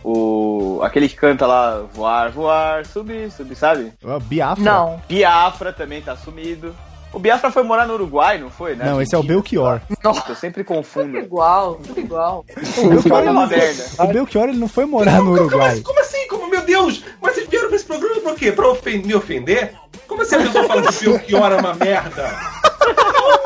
O. Aquele que canta lá, voar, voar, subir, subir, sabe?
Ó, É Biafra.
Não.
Biafra também tá sumido. O Biafra foi morar no Uruguai, não foi? né?
Não, esse é o Belchior.
Nossa, eu sempre
Tudo
confundo.
igual, tudo igual.
O Belchior,
Fala
ele
uma
não foi,
merda.
o Belchior, ele não foi morar no
Mas
Uruguai.
como assim? Como, meu Deus? Mas vocês vieram pra esse programa pra quê? Pra ofen- me ofender? Como assim a pessoa fala que o Belchior é uma merda?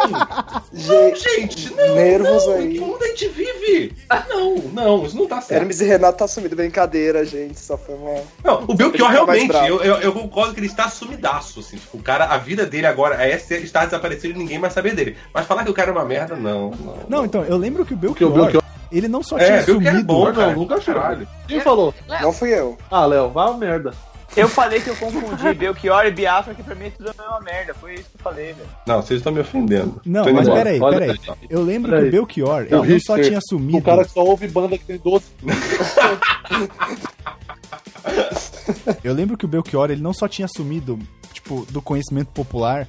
Não,
Gente,
gente, não,
nervos
não,
aí.
em que mundo a gente vive? Não, não, isso não tá certo.
Hermes e Renato tá sumido. Brincadeira, gente. Só foi uma.
Não, o Belchior
Ele tá mais
realmente,
bravo.
eu, eu, eu concordo que ele está sumidaço, assim, tipo, o cara, a vida dele agora é ser- estar desaparecido e ninguém mais saber dele. Mas falar que o cara é uma merda, não, não.
Não, então, eu lembro que o Belchior,
o Belchior-
ele não só tinha
É, Belchior é
sumido. né,
bom, cara.
Não, nunca achei.
Caralho.
Quem falou?
Não fui eu.
Ah, Léo, vai uma merda.
Eu falei que eu confundi Belchior e Biafra, que pra mim é tudo a mesma merda. Foi isso que eu falei, velho.
Não, vocês estão me ofendendo.
Não,
Tô indo
mas
embora.
peraí,
Olha
peraí. Eu lembro
Peraí.
que o Belchior, ele
Eu
não só
Richter,
tinha
O
sumido.
cara que só ouve banda que tem 12.
Eu lembro que o Belchior, ele não só tinha sumido, tipo, do conhecimento popular,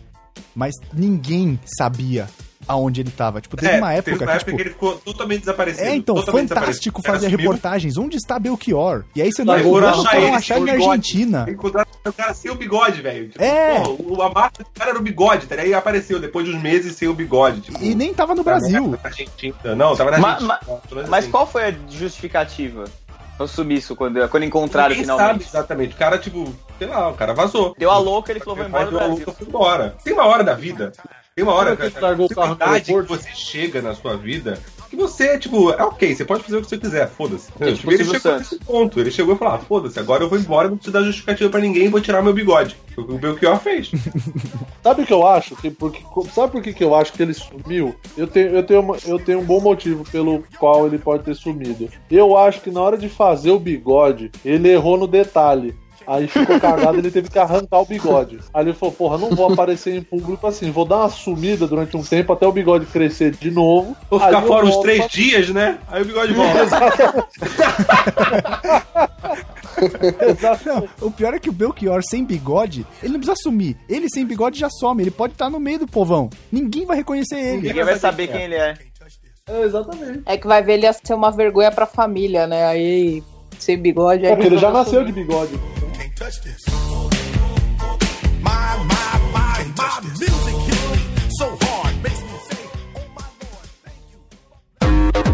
mas ninguém sabia aonde ele tava. Tipo, teve
É,
uma época
teve uma
que,
época
tipo...
que ele ficou totalmente desaparecido.
É, então,
totalmente
fantástico
desaparecido. assim, O cara
fazer
sumiu,
reportagens. Onde está Belchior? E aí você não
Aí
encontrou,
foram
foram
achar
achar,
ele,
ele na
bigode.
Argentina.
Encontraram o um cara sem o bigode, velho. Tipo,
É.
pô, o- a marca do cara era o bigode, tá? aí apareceu depois de uns meses sem o bigode. Tipo,
E nem tava no
tá
Brasil.
na Argentina. Não, tava na
Ma-
Argentina.
Mas
assim.
qual foi a justificativa? Eu subi isso quando, quando encontraram
Ninguém sabe
finalmente.
exatamente. O cara, tipo, sei lá, o cara vazou.
Deu a louca, ele falou, vou
Meu
embora
pai
do
deu a
Brasil.
louca, foi embora. Tem uma hora da vida. Tem uma hora
Sabe
cara,
aquele que largou o
tem
carro
uma
no
idade que
aeroporto?
você chega na sua vida que você, tipo, é ok, você pode fazer o que você quiser, foda-se.
É,
Entendeu?
tipo
Tipo, ele
Silvio
chegou nesse ponto, ele chegou e falou, ah, foda-se, agora eu vou embora, não preciso dar justificativa pra ninguém, vou tirar meu bigode. Foi o que o Belchior fez.
Sabe o que eu acho? Que porque, sabe por que, que eu acho que ele sumiu? Eu tenho, eu, tenho uma- eu tenho um bom motivo pelo qual ele pode ter sumido. Eu acho que na hora de fazer o bigode, ele errou no detalhe. Aí ficou cagado, ele teve que arrancar o bigode. Aí ele falou, porra, não vou aparecer em público assim, vou dar uma sumida durante um tempo até o bigode crescer de novo.
Vou ficar
Aí Ah, eu
fora uns
volto
três
pra-
dias, né? Aí o bigode volta.
Não, o pior é que o Belchior sem bigode, ele não precisa sumir. Ele sem bigode já some. Ele pode estar no meio do povão. Ninguém vai reconhecer ele.
Ninguém vai saber quem ele é.
É, exatamente.
É que vai ver ele ia ser uma vergonha pra família, né? Aí, sem bigode... aí
É porque ele já
resolveu
nasceu de
sumir.
bigode.
Can't touch this. My, my, my, my music hits me so hard. Makes me say, oh my lord, thank you.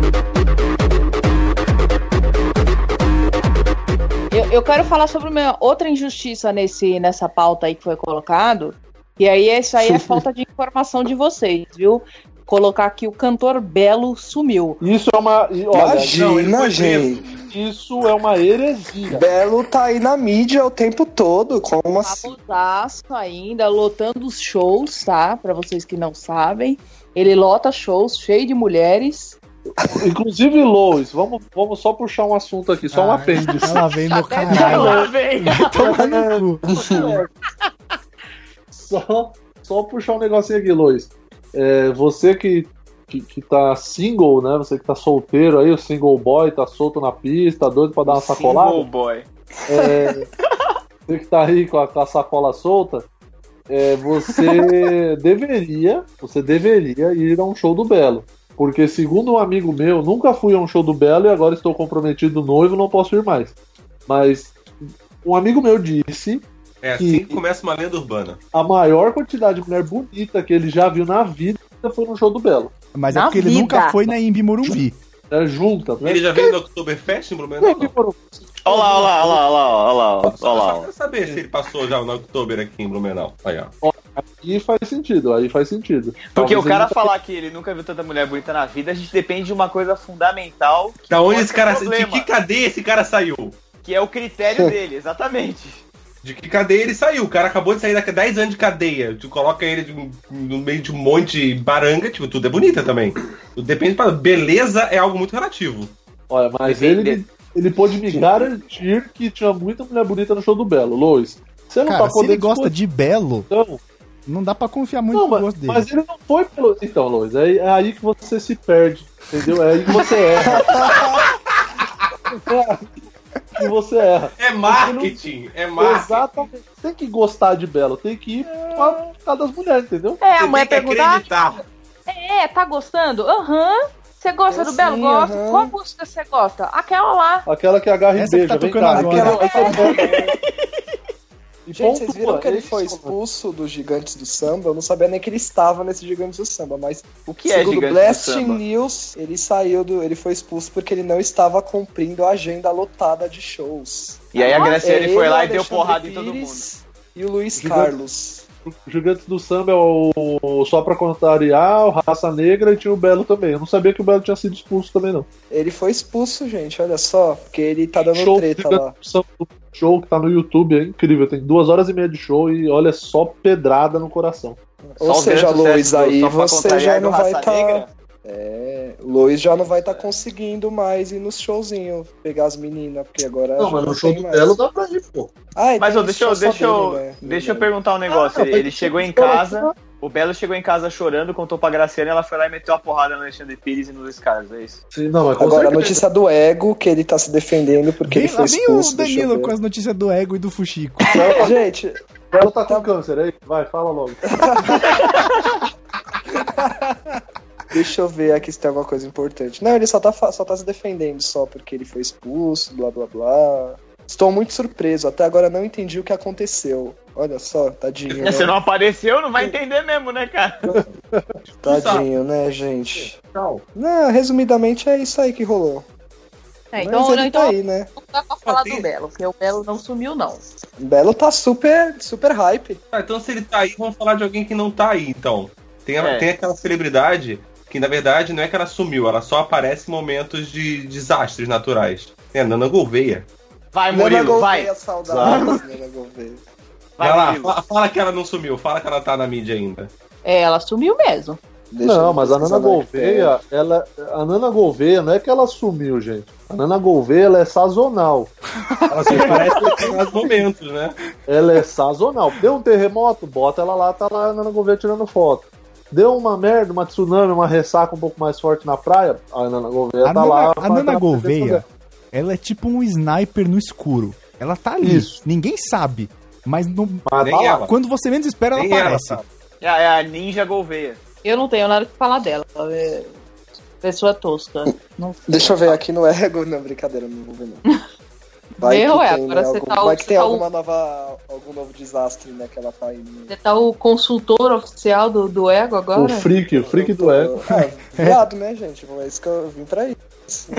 Eu, eu quero falar sobre uma outra injustiça nesse, nessa pauta aí que foi colocado. E aí, isso aí é falta de informação de vocês, viu? Colocar aqui o cantor Belo sumiu.
Isso é uma. e, Olha,
Imagina,
não, ele foi
gente.
isso é uma heresia.
Belo tá aí na mídia o tempo todo.
Ah,
Como assim?
Famosaço ainda, lotando os shows, tá? Pra vocês que não sabem. Ele lota shows cheio de mulheres.
Inclusive, Lois, vamos, vamos só puxar um assunto aqui, só um
Ah,
apêndice.
Ela vem
Tá
meu caralho.
é,
Lá vem.
Vai tomar no cu.
só, só puxar um negocinho aqui, Lois. É, você que, que, que tá single, né? Você que tá solteiro aí, o single boy, tá solto na pista, tá doido pra dar uma
Single
sacolada.
oh, boy.
É, você que tá aí com a, com a sacola solta, é, você deveria, você deveria ir a um show do Belo. Porque, segundo um amigo meu, nunca fui a um show do Belo e agora estou comprometido noivo, não posso ir mais. Mas um amigo meu disse
É assim que começa uma lenda urbana.
a maior quantidade de mulher bonita que ele já viu na vida foi no show do Belo.
Mas é
Na
porque ele
vida.
nunca foi na Imbi Morumbi.
Era junta, tá
Ele
vendo?
já veio do Oktoberfest em
Não,
Blumenau?
demorou.
Olha lá, olha lá, olha lá, olha lá, olha lá,
Só, só
olha lá.
pra saber se ele passou já no Oktober aqui em Blumenau. Aí, ó.
E faz sentido, aí faz sentido.
Porque
Talvez
o cara
ele-
falar que ele nunca viu tanta mulher bonita na vida, a gente depende de uma coisa fundamental,
Da onde
Qual
esse
que é o
cara. De
problema?
que cadeia esse cara saiu?
que é o critério dele, exatamente.
De que cadeia ele saiu? O cara acabou de sair daqui a 10 anos de cadeia. Tu coloca ele de um- no meio de um monte de baranga, tipo, tudo é bonita também. Tudo Depende pra. Beleza é algo muito relativo.
Olha, mas
Depende-
ele, ele pôde me garantir que tinha muita mulher bonita no show do Belo. Lois, você não
Cara,
tá
se
podendo.
ele gosta de belo,
então,
não dá pra confiar muito
Não,
no
mas,
gosto dele.
mas ele não foi pelo. Então, Lois, é, é aí que você se perde, entendeu? É aí que você erra. É que você erra.
É marketing. É marketing.
Exatamente. Tem que gostar de Belo, tem que ir pra ficar das mulheres, entendeu?
É, a
Você
mulher
tem que
perguntar,
acreditar.
é, tá gostando? Aham. Você gosta
Eu
do Belo?
sim,
Gosto.
aham.
Qual música você gosta? Aquela lá.
Aquela que agarra e
Essa que
beija,
tá
vem
tocando
cá.
agora.
Aquela- aquela- E
Gente, vocês viram
pontua, é
que ele
isso,
foi expulso do Gigantes do Samba? Eu não sabia nem que ele estava nesse Gigantes do Samba, mas
O que é
segundo
gigante
Blast
do samba?
News, ele saiu do, ele foi expulso porque ele não estava cumprindo a agenda lotada de shows.
E aí a
Ah,
Graciane
é,
Ele,
É, foi lá e
Alexandre
deu porrada em todo mundo.
Pires E o Luiz
Gigantes-
Carlos.
Gigantes do Samba é o, o Só Pra Contrariar, o Raça Negra e tinha o Belo também. Eu não sabia que o Belo tinha sido expulso também, não.
Ele foi expulso, gente, olha só, porque ele tá dando
show,
treta
Gigantes
lá.
do Samba, o show que tá no YouTube, é incrível. Tem duas horas e meia de show e olha só pedrada no coração.
Ou
Só o grande
seja,
sucesso
Luiz,
do
aí
Só Pra
você
Contrariar
já
do
não vai
Raça
estar.
Negra.
Tá... É, Luiz já não vai estar conseguindo mais ir nos showzinhos, pegar as meninas, porque agora. já tem mais.
dá pra ir, pô.
Ah, e
Mas
tem
ô, deixa eu,
show só
deixa eu,
dele, né?
deixa eu
Verdade.
perguntar um negócio.
Ah,
ele,
mas-
ele chegou em casa, o Belo chegou em casa chorando, contou pra Graciane, ela foi lá e meteu a porrada no Alexandre Pires e no Luiz Carlos, é isso?
Sim, não, mas com
Agora, a
certeza.
notícia do ego, que ele tá se defendendo porque
Vem,
ele foi
lá vem o
expulso. deixa eu
Danilo
ver.
com as notícias do ego e do Fuxico.
Não, Gente,
O Belo tá com câncer, aí. Vai, fala logo.
deixa eu ver aqui se tem alguma coisa importante. Não, ele só tá, fa- só tá se defendendo só porque ele foi expulso, blá blá blá. Estou muito surpreso, até agora não entendi o que aconteceu. Olha só, tadinho, né?
É, Você não apareceu, não vai entender mesmo, né, cara?
Tadinho, né, gente? Não, resumidamente é isso aí que rolou.
É,
Mas
então,
ele
então
tá aí, né?
não dá pra falar do Belo, porque o Belo não sumiu, não.
Belo tá super, super hype.
Tá, então se ele tá aí, vamos falar de alguém que não tá aí, então. Tem, a-
É.
tem aquela celebridade que, na verdade, não é que ela sumiu, ela só aparece em momentos de desastres naturais. É a Nana Gouveia.
Vai, É, Murilo, vai.
saudades, Nana Gouveia.
Vai,
Vai,
lá,
Murilo.
fala, fala que ela não sumiu, fala que ela tá na mídia ainda.
É, ela sumiu mesmo.
Deixa
Não,
eu
mas a Nana
pesquisar na Wikipédia.
Gouveia, ela, a Nana Gouveia não é que ela sumiu, gente. A Nana Gouveia, ela é sazonal.
Ela só aparece em determinados momentos, né?
Ela é sazonal. Deu um terremoto, bota ela lá, tá lá a Nana Gouveia tirando foto. Deu uma merda, uma tsunami, uma ressaca um pouco mais forte na praia, a Nana Gouveia
A
tá
Nana,
lá.
a Nana
fazendo
Gouveia, ela é tipo um sniper no escuro. Ela tá ali.
Isso.
Ninguém sabe. Mas no-
Mas
Nem
tá lá.
ela.
quando você menos espera, ela
Nem ela
aparece.
sabe.
É, é a Ninja Gouveia.
Eu não tenho nada que falar dela. Ela é Pessoa tosca. Não sei.
Deixa eu ver aqui no ego. Não, brincadeira, não vou ver não. Vai
Meu,
que
é,
tem,
agora
né,
você
algum-
tá-
Vai que
você
tem
tá-
alguma nova, algum novo desastre, né, que ela tá indo.
Você tá o consultor oficial do, do Ego
O
agora?
freak, o freak do ego.
É, viado, né, gente? É isso que eu vim pra isso.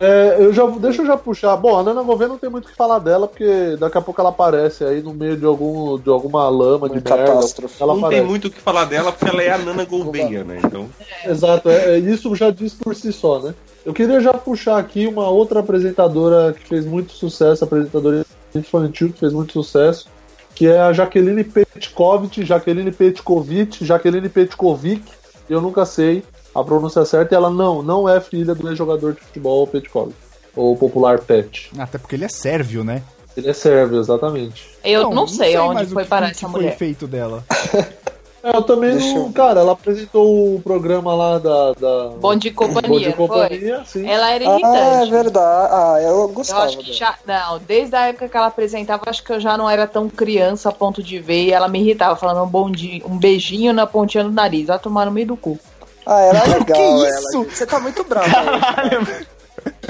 É, eu já, deixa eu já puxar. Bom, a Nana Gouveia não tem muito o que falar dela, porque daqui a pouco ela aparece aí no meio de, algum, de alguma lama, de
Uma
merda.
catástrofe.
Ela
não
aparece.
tem muito o que falar dela porque ela é a Nana Gouveia, né? Então,
Exato, é, é, isso já diz por si só, né? Eu queria já puxar aqui uma outra apresentadora que fez muito sucesso, apresentadora infantil que fez muito sucesso, que é a Jaqueline Petkovic, Jaqueline Petkovic, Jaqueline Petkovic, eu nunca sei a pronúncia certa, e ela não, não é filha do ex-jogador de futebol Petkovic, ou popular Pet.
Até porque ele é sérvio, né?
Ele é sérvio, exatamente.
Eu não, sei, onde
mais o
foi
que-
parar
o que
essa
foi
mulher.
feito dela.
É, Eu também
Deixa
não.
eu-
Cara, ela apresentou o programa lá da. da...
Bom de companhia,
Bom de
não
companhia, sim.
foi? Ela era
Ah, é
irritante.
verdade. Ah, eu
eu
gostava
acho que
dela.
já. Não, desde a época que ela apresentava, acho que eu já não era tão criança a ponto de ver e ela me irritava, falando um bom dia, um beijinho na pontinha do nariz. Vai tomar no meio do cu.
Ah, era legal.
Que
ela,
isso?
gente. Você tá muito brava. né? Caralho,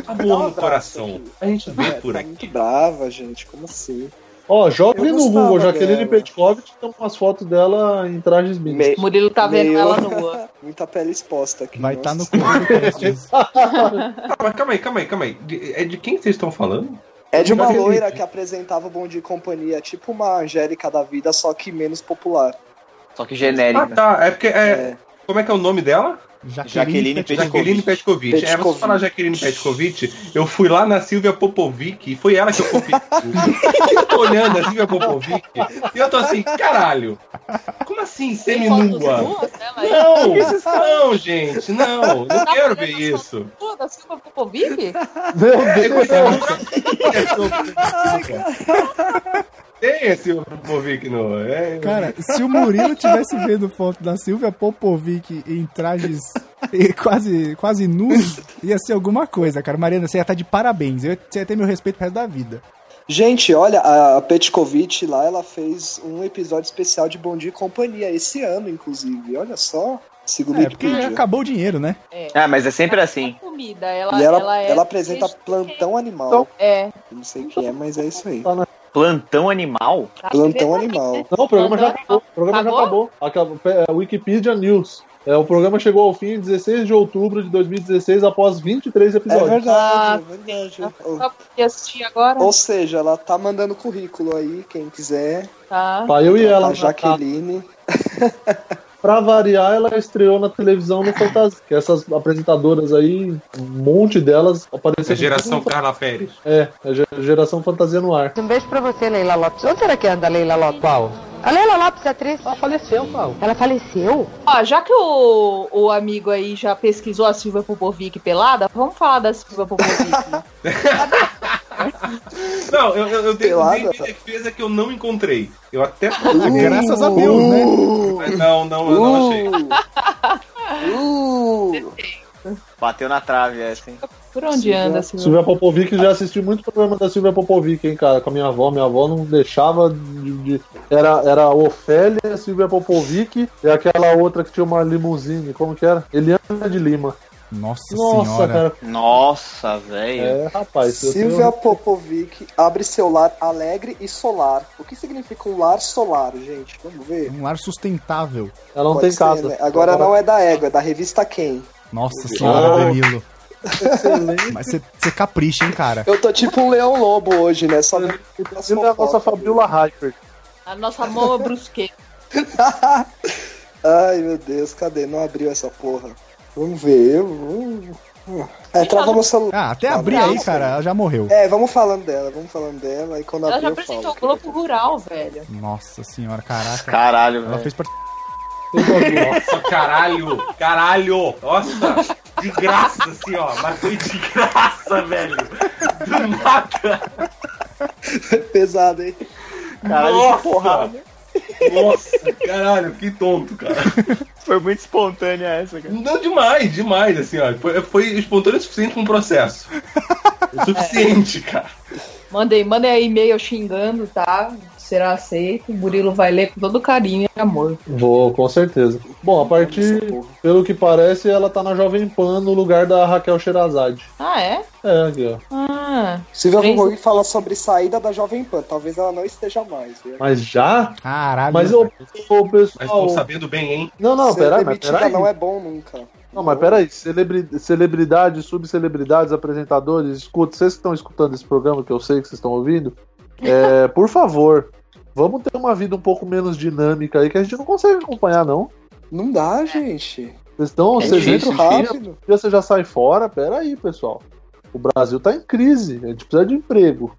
amor no coração. A gente vê por
tá
aqui.
muito brava, gente. Como assim?
Ó, joga
Eu
aí no
gostava
Google, Jaqueline
dela.
Petkovic, tem umas fotos dela em trajes mínimos.
Me-
Murilo tá vendo
Meio.
ela nua.
Muita pele exposta aqui.
Vai
nossa.
estar no corpo do Prestes.
Ah, mas calma aí, calma aí, calma aí. De- é de quem vocês estão falando?
É de uma
Daquele
loira
jeito.
que apresentava o Bom Dia e Companhia, tipo uma Angélica da vida, só que menos popular.
Só que
Ah,
genérica.
tá. É porque. É,
É.
como é que é o nome dela?
Jaqueline
Jaqueline Petkovic. É, você
Petkovic.
falar Jaqueline Petkovic, eu fui lá na Silvia Popovic e foi ela que eu copiei. eu tô olhando a Silvia Popovic e eu tô assim, caralho. Como assim,
Tem fotos
seminua?
nuas dela aí?
Não, não, gente, não, não
Tá
quero ver
olhando as
isso.
Pô, da Silva Popovic?
Meu Deus.
Tem esse Popovic no. É,
Cara, se o Murilo tivesse vendo foto da Silvia Popovic em trajes e quase, quase nus, ia ser alguma coisa, cara. Mariana, você ia estar de parabéns. Eu- Você ia ter meu respeito pro resto da vida.
Gente, olha, a Petkovic lá, ela fez um episódio especial de Bom Dia e Companhia, esse ano, inclusive. Olha só, segundo o
É, porque
Wikipedia.
acabou o dinheiro, né?
tá.
Ah, mas é sempre assim.
Comida, ela,
E ela, ela,
é
apresenta plantão animal.
É.
Não sei o que é, mas é isso aí.
Plantão animal?
tá
Plantão
beleza,
é um animal.
né?
Não, o programa já
Tá
Mandou-
acabou. O programa já acabou. Acabou. É, Wikipedia News. É, o programa chegou ao fim em 16 de outubro de 2016, após 23
É
episódios.
verdade, é verdade. Ou,
Só porque assistir agora,
ou seja, ela tá mandando currículo aí, quem quiser.
tá?
Tá, eu e ela.
a Jaqueline.
Pra variar, ela estreou na televisão no Fantasia. Que essas apresentadoras aí, um monte delas apareceram.
é geração Carla Pérez.
É, é ge- geração fantasia no ar.
Um beijo pra você, Leila Lopes. Onde será que anda a Leila Lopes? Qual? A Leila Lopes, atriz. Ela faleceu, qual? Ela faleceu?
Ó, já que o, o amigo aí já pesquisou a Silva Popovic pelada, vamos falar da Silva Popovic.
Não, eu, eu, eu tenho
Pelada?
bem minha defesa que eu não encontrei. Eu até.
Ah,
Graças a Deus, né?
Uh.
Mas não, não, eu não achei.
Uh,
Bateu na trave essa, hein?
Por onde
Silvia-
anda a Silva?
Silvia Popovic, eu já assisti muito programa da Silvia Popovic, hein, cara, com a minha avó. Minha avó não deixava de. de- Era, era a Ofélia, Silvia Popovic e aquela outra que tinha uma limusine. Como que era? Eliana de Lima.
Nossa,
Nossa,
senhora.
cara.
Nossa, velho.
É, rapaz.
Uh! Silvia Popovic abre seu lar alegre e solar. O que significa um lar solar, gente? Vamos ver.
Um lar sustentável.
Ela não
Pode
tem
ser,
casa.
né? Agora não é da Ego, é da revista Quem.
Nossa senhora,
Oh.
Danilo. Mas você- você capricha, hein, cara?
Eu tô tipo um leão lobo hoje, né? Só vendo as
Silvia é a nossa
fofocas.
Fabiola Hyper.
A nossa mão brusqueira.
Ai, meu Deus, cadê? Não abriu essa porra. Vamos ver, eu... eu- É, trava meu celular.
Ah, até
Tá
abrir
bom.
aí, cara, ela já morreu.
É, vamos falando dela, vamos falando dela, e quando
Ela
abrir
já
eu falo.
apresentou o Globo Rural, velho.
Nossa senhora, caraca.
Caralho,
É.
Ela
velho.
fez parte.
Nossa, caralho, caralho. Nossa, de graça, assim, ó. Mas foi de graça, velho. Do nada.
Pesado, hein?
Caralho,
Nossa.
que porrada.
Nossa, caralho, que tonto, cara.
Foi muito espontânea essa, cara.
Não, demais, demais, assim, ó. Foi, foi espontâneo o suficiente pra um processo. O suficiente, cara.
Mandei, mandei aí e-mail xingando, tá? Será aceito. O Murilo vai ler com todo carinho e amor.
Vou, com certeza. Bom, a partir, pelo que parece, ela tá na Jovem Pan no lugar da Raquel Sherazade.
Ah, é?
É, aqui, ó.
Ah,
Silvia
Três-
Popovic fala sobre saída da Jovem Pan, talvez ela não esteja mais. Né?
Mas já?
Caralho.
Mas o
Mas estão
Oh.
pessoal.
sabendo bem, hein?
Não, não,
Ser
peraí, mas
demitida
peraí.
não é bom nunca.
Não, mas peraí, celebri- celebridades, subcelebridades, apresentadores, escuta, vocês que estão escutando esse programa, que eu sei que vocês estão ouvindo, é, por favor, vamos ter uma vida um pouco menos dinâmica aí, que a gente não consegue acompanhar, não.
Não dá, gente.
Vocês estão,
É
vocês entram
difícil,
rápido,
Rápido.
você já sai fora, peraí, pessoal. O Brasil tá em crise, a gente precisa de emprego.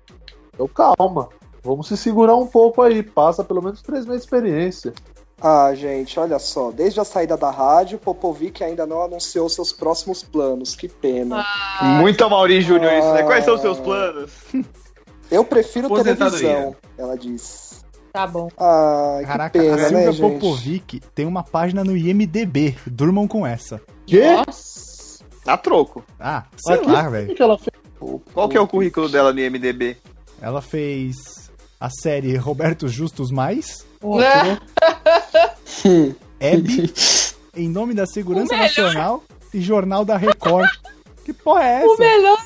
Então calma, vamos se segurar um pouco aí, passa pelo menos três meses de experiência.
Ah, gente, olha só. Desde a saída da rádio, Popovic ainda não anunciou seus próximos planos. Que pena.
Muito Amaury Júnior isso, né?
Ah.
Quais são os seus planos?
Eu prefiro
Aposentadoria.
televisão, ela diz.
tá bom.
Ah,
Caraca,
que
a
pena,
Silvia
né, gente?
Popovic tem uma página no IMDB. Durmam com essa.
Quê?
Nossa.
A Tá troco.
Ah, sei
Aqui?
lá,
O que
velho.
que ela fez?
Qual que é o currículo dela no IMDB?
Ela fez a série Roberto Justus Mais,
Né?
Hum.
Hebe, Em Nome da Segurança
O melhor.
Nacional e Jornal da Record. Que porra é
O
essa?
melhor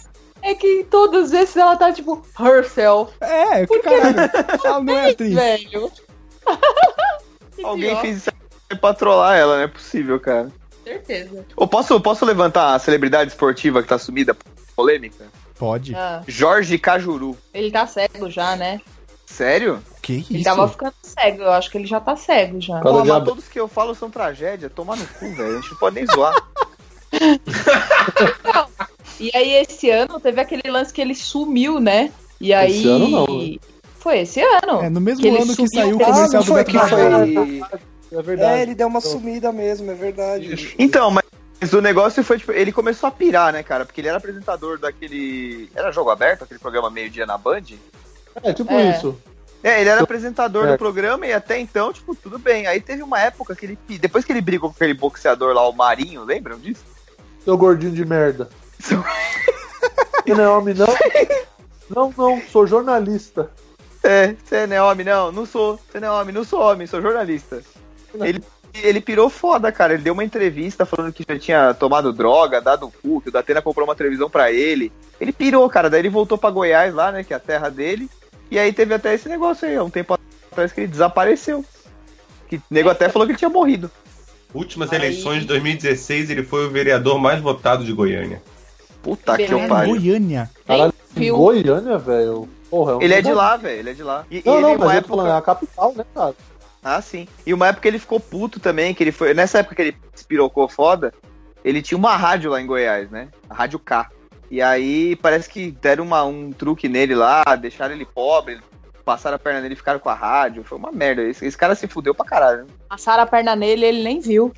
é que em todos esses ela tá tipo, herself,
É, que caralho. Ela não é atriz.
velho.
Alguém
Idiota.
fez isso aí pra trollar ela, não é possível, cara.
Certeza.
Eu posso, posso levantar a celebridade esportiva que tá sumida, polêmica?
Pode?
Ah,
Jorge Cajuru.
ele tá cego já, né?
Sério?
Que
Ele
isso?
tava ficando cego, eu acho que ele já tá cego já.
Cara
Porra,
de
mas
ab-
todos que eu falo são tragédia. Tomar no cu, velho. A gente não pode nem zoar.
E aí esse ano teve aquele lance que ele sumiu, né? E aí.
Esse ano não, né?
Foi esse ano.
É, no mesmo
Que ele
ano que
subiu
saiu o
pra-
Ah,
comercial
não
do
foi
Beto
que
Carreiro.
foi.
É
É,
verdade.
ele deu uma sumida mesmo, é verdade.
Então, mas o negócio foi, tipo, ele começou a pirar, né, cara? Porque ele era apresentador daquele. Era jogo aberto, aquele programa meio-dia na Band?
É, tipo
É.
isso.
É, ele era apresentador
É.
do programa e até então, tipo, tudo bem. Aí teve uma época que ele. Depois que ele brigou com aquele boxeador lá, o Marinho, lembram disso?
Seu gordinho de merda.
Seu-
Você não é homem, não? Não, não, sou jornalista.
É, você não é homem, não? Não sou. Você não é homem, não sou homem, sou jornalista. Ele, ele pirou foda, cara. Ele deu uma entrevista falando que já tinha tomado droga, dado cu, que o Datena comprou uma televisão pra ele. Ele pirou, cara. Daí ele voltou pra Goiás lá, né, que é a terra dele. E aí teve até esse negócio aí, há um tempo atrás que ele desapareceu. Que o nego até falou que ele tinha morrido.
Últimas
Aí.
eleições de 2016, ele foi o vereador mais votado de Goiânia.
Puta que eu
é
Beleza.
pariu.
Goiânia.
Caralho,
É,
em
Viu?
Goiânia, velho. Porra, um
Ele é de
lugar-
lá, velho, ele é de lá. E, e
Não,
ele,
não,
uma
mas eu tô
época...
falando, é a capital, né, cara?
Ah, sim. E uma época ele ficou puto também, que ele foi. Nessa época que ele se pirocou foda, ele tinha uma rádio lá em Goiás, né? A Rádio K. E aí parece que deram uma- um truque nele lá, deixaram ele pobre, passaram a perna nele e ficaram com a rádio. Foi uma merda. Esse, esse cara se fudeu pra caralho. né?
Passaram a perna nele ele nem viu.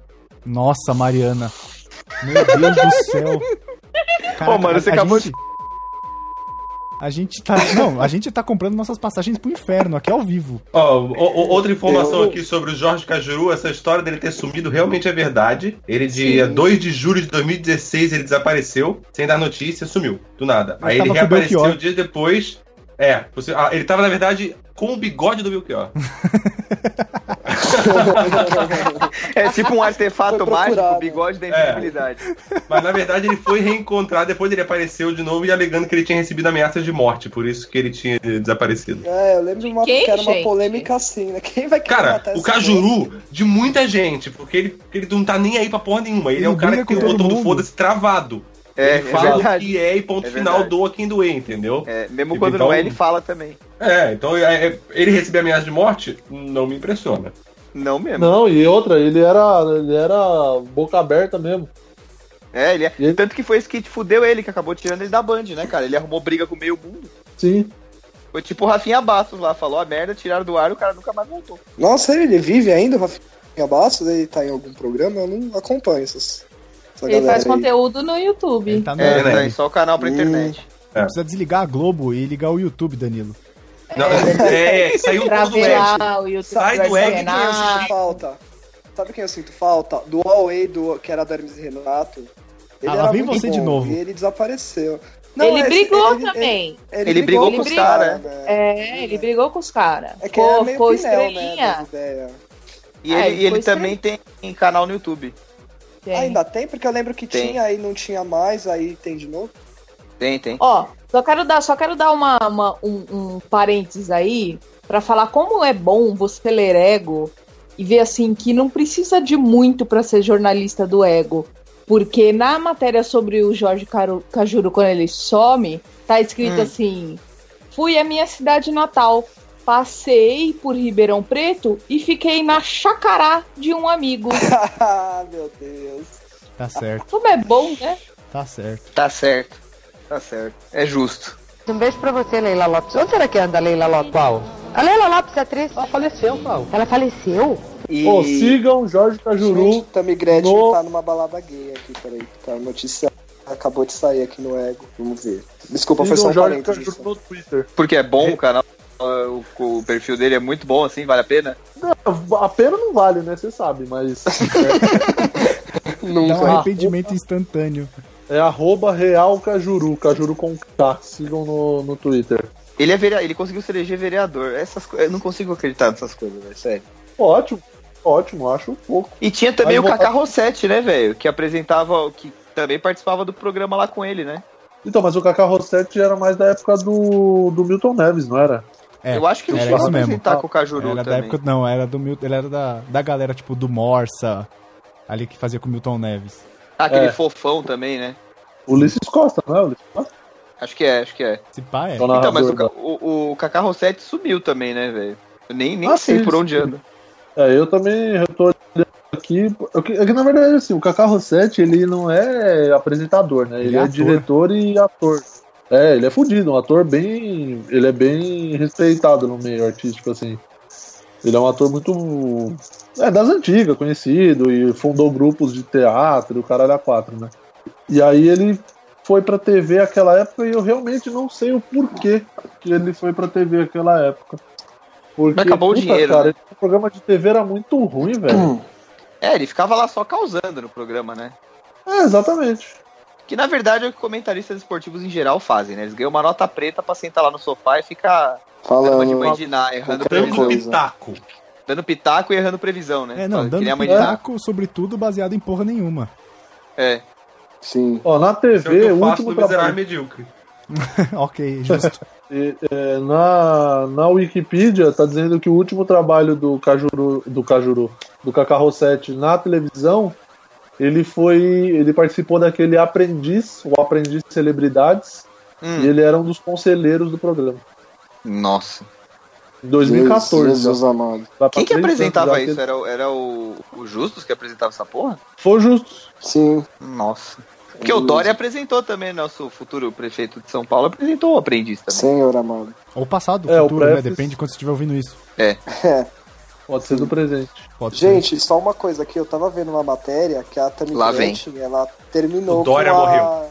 Nossa, Mariana. Meu Deus do céu.
Ô, mano, você
a
acabou
gente... A gente tá. Não, a gente tá comprando nossas passagens pro inferno aqui ao vivo.
Ó, o- o- outra informação
Eu-
aqui sobre o Jorge Cajuru, essa história dele ter sumido realmente é verdade. Ele, dia 2 de julho de 2016, ele desapareceu, sem dar notícia, sumiu, do nada.
Ele
Aí
tava
ele
com o Belchior.
reapareceu dias depois. É, você- ah, ele tava, na verdade, com o bigode do Belchior.
É tipo um artefato
Foi
mágico,
procurado.
bigode da
É.
invisibilidade.
Mas, na verdade, ele foi reencontrado, depois ele apareceu de novo e alegando que ele tinha recebido ameaças de morte, por isso que ele tinha desaparecido.
É, eu lembro de uma
Quem,
que era uma
gente?
polêmica assim, né? Quem vai querer
Cara,
matar
o
esse
Cajuru de muita gente, porque ele, ele não tá nem aí pra porra nenhuma. Ele,
Ele
é o cara
briga
que tem
com
o
todo
botão do
mundo.
foda-se travado.
É, é
ele fala o
verdade.
que é e ponto
É
final,
verdade.
doa quem doer, entendeu?
É, mesmo
E
quando
então-
não é, ele fala também.
É, então é, é, ele receber ameaça de morte não me impressiona.
Não mesmo.
Não, e outra, ele era, ele era boca aberta mesmo.
É, ele é.
E ele-
Tanto que foi esse que fudeu ele, que acabou tirando ele da Band, né, cara? Ele arrumou briga com meio mundo.
Sim.
Foi tipo o Rafinha Bastos lá, falou a merda, tiraram do ar e o cara nunca mais voltou.
mundo? Nossa, ele, ele vive ainda, o Rafinha Bastos? Ele tá em algum programa? Eu não acompanho essas. Essa
Ele faz
galera aí.
conteúdo no
Ele
YouTube.
tá no...
É,
né?
né? só o canal pra
Hum.
internet.
Precisa desligar a Globo e ligar o YouTube, Danilo.
Não, é, saiu um
Pra
pouco do
ver
Ed.
lá o YouTube.
Sai
vai
do egg,
Sabe quem eu
treinar.
sinto falta? Sabe quem eu sinto falta? Do Huawei, do, que era do Hermes e Renato. Ele
Ah, lá
era
vem
muito
você de novo.
E ele desapareceu.
ele
esse-
brigou
ele-
também.
Ele,
Ele brigou
com os
caras,
né?
É, ele brigou com os caras.
É que
Ficou,
era meio
ficou
pinel, né?
estrelinha.
das ideias.
E
É,
ele, e ele
foi
também tem canal no YouTube.
Tem.
Ainda tem? Porque eu lembro que
Tem.
tinha, aí não tinha mais, aí tem de novo.
Tem, tem.
Ó, só quero dar, só quero dar uma, uma- um, um parênteses aí pra falar como é bom você ler ego e ver assim que não precisa de muito pra ser jornalista do ego. Porque na matéria sobre o Jorge Caru- Cajuru, quando ele some, tá escrito
Hum.
assim: fui à minha cidade natal, passei por Ribeirão Preto e fiquei na chacará de um amigo.
ah, meu Deus.
Tá certo,
Como é bom, né?
tá certo.
Tá certo. Tá certo. É justo.
Um beijo pra você, Leila Lopes. Onde será que anda a Leila Lopes? Qual? A Leila Lopes, atriz. Ela faleceu, qual? Ela faleceu?
E
Pô, sigam Jorge
Gente,
Cajuru.
Tammy Gretchen
no-
tá numa balada gay aqui, peraí. Tá, a notícia acabou de sair aqui no Ego. Vamos ver. Desculpa, foi
Sigam
só um
Jorge
parênteses.
Cajuru no Twitter.
porque é bom o canal. ó, O, o perfil dele é muito bom, assim, vale a pena.
A pena não vale, né? Você sabe, mas é,
Dá um
Ah,
arrependimento instantâneo.
é arroba real Cajuru, Cajuru com K. Sigam no, no Twitter.
Ele é vereador, ele conseguiu se eleger vereador. Essas, co- eu não consigo acreditar nessas coisas, velho, sério.
Ótimo, ótimo, acho pouco.
E tinha também
Aí
o
vou-
Cacá Rossetti, né, velho? Que apresentava, que também participava do programa lá com ele, né?
Então, mas o Cacá Rossetti era mais da época do, do Milton Neves, não era?
É,
eu acho que ele
era
chegou a
isso mesmo.
apresentar com o Cajuru
Era da
também.
época. Não, era do Milton. Ele era da, da galera, tipo, do Morsa, Ali que fazia com o Milton Neves.
Aquele
É.
fofão também, né?
Ulisses Costa, não é? Ulisses Costa?
Acho que é, acho que é.
Se pá, é.
Então,
Então, mas
narrador
o,
da-
Ca- o, o Kaká Rossetti subiu também, né, velho? Eu nem, nem
Ah,
sei
sim,
por
sim.
onde anda.
É, eu também eu tô olhando aqui. É que, é que, na verdade, assim, o Kaká Rossetti, ele não é apresentador, né? Ele,
Ele é
é,
ator.
diretor e ator. É, ele é fudido, um ator bem. Ele é bem respeitado no meio artístico, assim. Ele é um ator muito. É, das antigas, conhecido, e fundou grupos de teatro, o caralho a quatro, né? E aí ele foi pra TV aquela época e eu realmente não sei o porquê que ele foi pra TV aquela época. Porque,
Mas acabou o dinheiro, né?
o programa de TV era muito ruim, velho.
É, ele ficava lá só causando no programa, né?
é, exatamente.
Que na verdade é o que comentaristas esportivos em geral fazem, né? Eles ganham uma nota preta pra sentar lá no sofá e ficar dando de
Falando.
bandinar, errando
qualquer
Dando
previsão.
coisa.
pitaco.
Dando pitaco e errando previsão, né?
É, não,
Que
dando
nem a mãe de-
pitaco, sobretudo baseado em porra nenhuma.
É.
Sim.
Ó, na
Isso é o que
TV,
eu
o
faço
último
do miserável
trabalho.
medíocre.
ok, justo.
é, na, na Wikipedia tá dizendo que o último trabalho do Cajuru, do Cajuru, do Cacá Rossetti na televisão, ele foi. ele participou daquele aprendiz, o aprendiz de celebridades,
Hum.
e ele era um dos conselheiros do programa.
Nossa.
Em 2014.
Jesus amado.
já- vai pra
Quem que
três anos
apresentava
já que
isso?
ele-
Era, o- era o, o Justus que apresentava essa porra?
Foi justo.
Sim.
Nossa. Porque o Dória apresentou também, nosso futuro prefeito de São Paulo apresentou o aprendiz também.
Senhor amado.
Ou passado,
É, o
futuro, né?
Preps-
Depende de quando você estiver ouvindo isso.
Pode ser do presente.
Pode ser.
Gente, só uma coisa aqui, eu tava vendo uma matéria que a Tammy
Lá vem.
Gretchen, ela terminou
O Dória
com a...
morreu.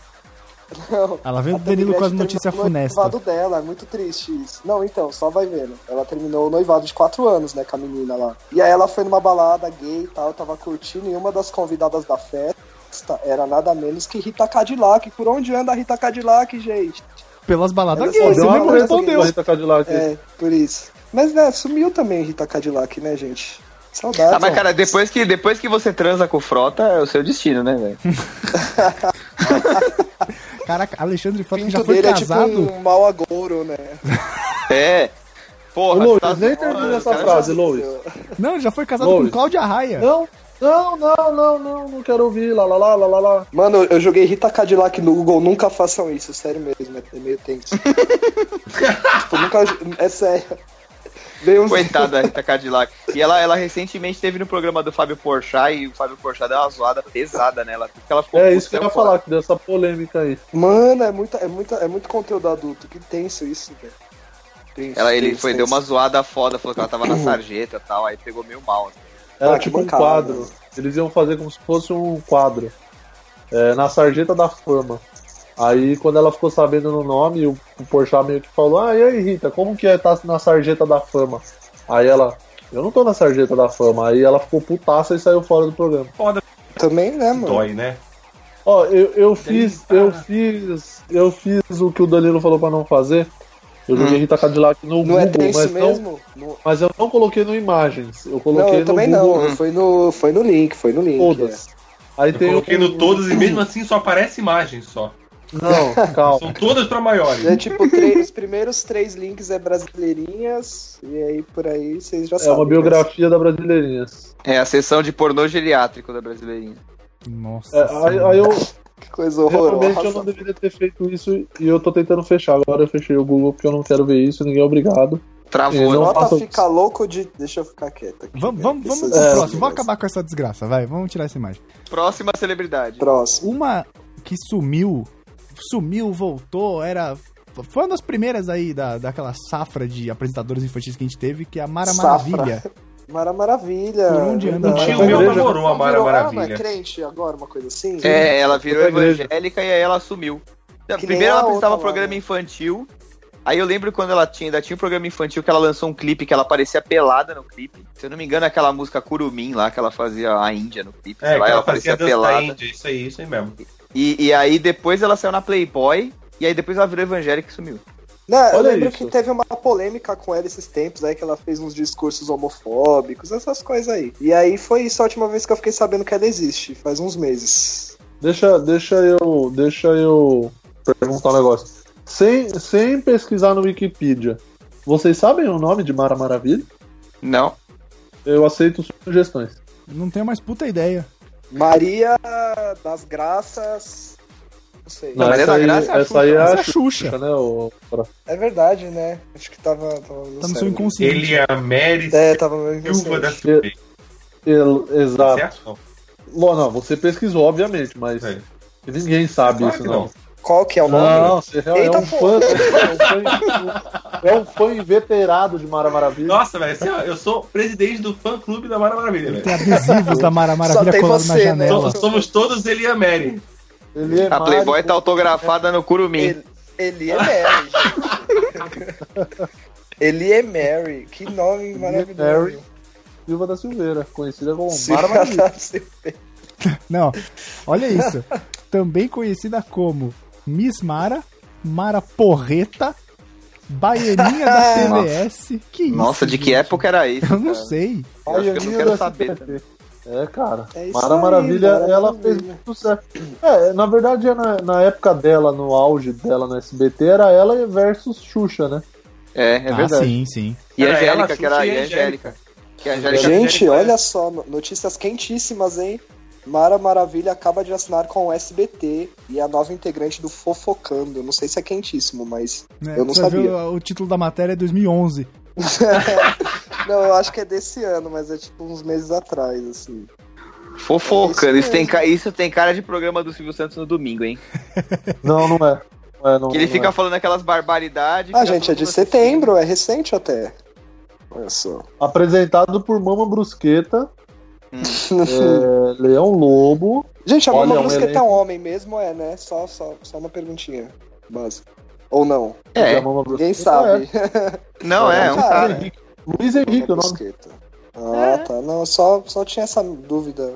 Não.
Ela vem
a
o Danilo
Tammy
com as
Gretchen
notícias
terminou o noivado
funestas.
dela, é muito triste isso. Não, então, só vai vendo. Ela terminou o noivado de 4 anos, né, com a menina lá. E aí ela foi numa balada gay e tal, tava curtindo, e uma das convidadas da festa era nada menos que Rita Cadillac. Por onde anda a Rita Cadillac, gente?
Pelas baladas
Ela
gay,
só deu
você
uma
mesmo
presa
respondeu.
aqui,
Rita Cadillac.
É, por isso. Mas, né, sumiu também Rita Cadillac, né, gente? Saudade.
Tá
Ah, mas cara, depois que, depois que você transa com o Frota, é o seu destino, né, velho?
Caraca, Alexandre Frota que
pinto
já foi
dele
casado.
é tipo um mau agouro, né?
É.
Ô,
Porra,
Louis,
tá-
nem termina essa
cara já-
frase, Louis.
Não, ele já foi casado
Louis.
com Cláudia Raia.
É. Não, não, não, não, não, não quero ouvir. Lá, lá, lá, lá, lá, lá.
Mano, eu joguei Rita Cadillac no Google, nunca façam isso, sério mesmo, é é meio tenso. tipo, nunca. É sério. Veio uns.
Coitada da Rita Cadillac. E ela, ela recentemente teve no programa do Fábio Porchat e o Fábio Porchat deu uma zoada pesada nela. Porque ela ficou
É
puta,
isso que eu ia
falo,
falar, que deu essa polêmica aí.
Mano, é, muita, é, muita, é muito conteúdo adulto, que tenso isso, velho. Tenso,
Ela, ele
tenso,
foi, deu
tenso.
uma zoada foda, falou que ela tava na sarjeta e tal, aí pegou meio mal.
Era
Ah, que
tipo um
bancada,
quadro.
né?
Eles iam fazer como se fosse um quadro. É, na sarjeta da fama. Aí quando ela ficou sabendo no nome, o, o Porchat meio que falou, ah, e aí Rita, como que é estar na sarjeta da fama? Aí ela, eu não tô na sarjeta da fama. Aí ela ficou putaça e saiu fora do programa.
Foda,
Também, né, mano?
dói, né?
Ó, eu, eu fiz, eu fiz, eu fiz o que o Danilo falou pra não fazer. Eu joguei Rita Cadillac no
Hum. Não
Google,
é tenso
mas não
mesmo? Não,
Mas eu não coloquei no imagens. Eu
não,
coloquei
eu também
no Google
não. Foi no, foi no link, foi no link. é.
todas. Aí
Eu
tem um-
coloquei
o-
no todas e mesmo assim só aparece imagem só.
Não, calma.
São todas pra
É, é
maiores.
tipo, três, os primeiros três links é brasileirinhas, e aí por aí vocês já
É
sabem.
uma
né?
biografia da Brasileirinhas.
É a sessão de pornô geriátrico da brasileirinha.
Nossa.
É, aí, aí eu
Que coisa
É realmente eu
horrorosa.
não deveria ter feito isso e eu tô tentando fechar. Agora eu fechei o Google porque eu não quero ver isso, ninguém é obrigado.
Travou,
Não
né?
Nota
façam
fica louco de. Deixa eu ficar quieto aqui.
Vamos,
né?
vamos,
Isso
vamos
é
pro próximo. Vamos
demais.
acabar com essa desgraça, vai. Vamos tirar essa imagem.
Próxima celebridade.
Próximo.
Uma que sumiu, sumiu, voltou, era. Foi uma das primeiras aí da, daquela safra de apresentadores infantis que a gente teve, que é a Mara
Safra.
Maravilha.
Mara Maravilha.
Por onde anda
Verdade.
Mara Um tio meu Maravilha?
namorou a Mara
Virou- ah,
Maravilha.
não é crente agora, uma coisa assim?
É, ela virou
Da igreja.
evangélica e aí ela sumiu. Não,
Que nem
primeiro
a
ela
outra
apresentava um
lá,
programa
né?
infantil. Aí eu lembro quando ela tinha, ainda tinha um programa infantil que ela lançou um clipe que ela parecia pelada no clipe. Se eu não me engano, aquela música Curumim lá que ela fazia a Índia no clipe.
É,
sei
que
lá,
ela
ela parecia
fazia dança da
pelada.
Índia, isso aí, isso aí mesmo.
E, e aí depois ela saiu na Playboy. E aí depois ela virou evangélica e sumiu.
Né, eu
Olha
lembro
isso.
que teve uma polêmica com ela esses tempos aí, que ela fez uns discursos homofóbicos, essas coisas aí. E aí foi isso a última vez que eu fiquei sabendo que ela existe, faz uns meses.
Deixa, deixa eu. Deixa eu perguntar um negócio. Sem, sem pesquisar no Wikipedia, vocês sabem o nome de Mara Maravilha?
Não.
Eu aceito sugestões.
Não tenho mais puta ideia.
Maria das Graças. Não sei.
Não, Maria
essa
da
aí,
Graça é a
essa aí é
Essa é
a
a Xuxa.
Xuxa, né? o-
É verdade, né? Acho que tava. tava no
Tá no seu
cérebro.
inconsciente.
Ele é a Mary
É, tava no
Silva da
inconsciente.
Silva.
El- Exato.
Certo?
Lona, você pesquisou, obviamente, mas
É.
ninguém sabe
Claro
isso,
que
não.
não. Tá
Qual que é o nome?
Não, você é, é
Eita,
um fã. É um fã, é um fã inveterado de Mara Maravilha.
Nossa, velho, assim, ó, eu sou presidente do fã clube da Mara Maravilha, velho.
Tem adesivos da Mara
Só
Maravilha
tem
colando na
você, né?
janela.
Somos, somos todos ele e a Mary.
Ele é
A Playboy
mágico.
tá autografada no Curumim.
Ele, ele é Mary. ele é Mary. Que nome maravilhoso.
Silva da Silveira, conhecida como
Sim,
Mara Maravilha.
tá certo.
Não, olha isso. Também conhecida como Miss Mara, Mara Porreta, Baianinha da TVS. Que isso?
Nossa, de que
gente?
época era isso?
Eu não
cara?
sei.
Eu acho que eu não
Baianinha
quero
da
saber.
CPT. assim É, cara.
É isso
Mara
aí,
Maravilha,
Mara
ela
Maravilha.
fez muito sucesso. É, na verdade, é na, na época dela, no auge dela no SBT, era ela versus Xuxa, né?
É, é
ah,
verdade.
sim, sim.
E a
Era ela,
Angélica, que era
Xuxa
e
e
a
Angélica.
Angélica. Que é a Angélica
Gente,
Angélica,
olha só, no- notícias quentíssimas, hein? Mara Maravilha acaba de assinar com o SBT e é a nova integrante do Fofocando. Não sei se é quentíssimo, mas.
Né,
Eu não
você
sabia.
Viu, o título da matéria é 2011.
Não, eu acho que é desse ano, mas é tipo uns meses atrás, assim.
fofocando.
É
Isso
isso
tem, ca- isso tem cara de programa do Silvio Santos no domingo, hein?
Não, não é. Não é, não-
Que ele
não
fica
é.
falando aquelas barbaridades.
Ah,
que
gente,
tá
é
todo
de
mundo
setembro, é recente até. Olha só.
Apresentado por Mama Brusqueta,
É.
é, Leão Lobo.
Gente, a
Olha,
Mama
um
Brusqueta é
elenco.
um homem mesmo, é, né? Só, só, só uma perguntinha básica. Ou não?
assistindo.
que a
É,
Mama
Ninguém
Brusqueta
sabe.
não, é, é um
Cara, né?
cara.
Henrique. Luiz Henrique, o
Mama
nome.
Brusqueta. Ah, tá. Não, só, só tinha essa dúvida,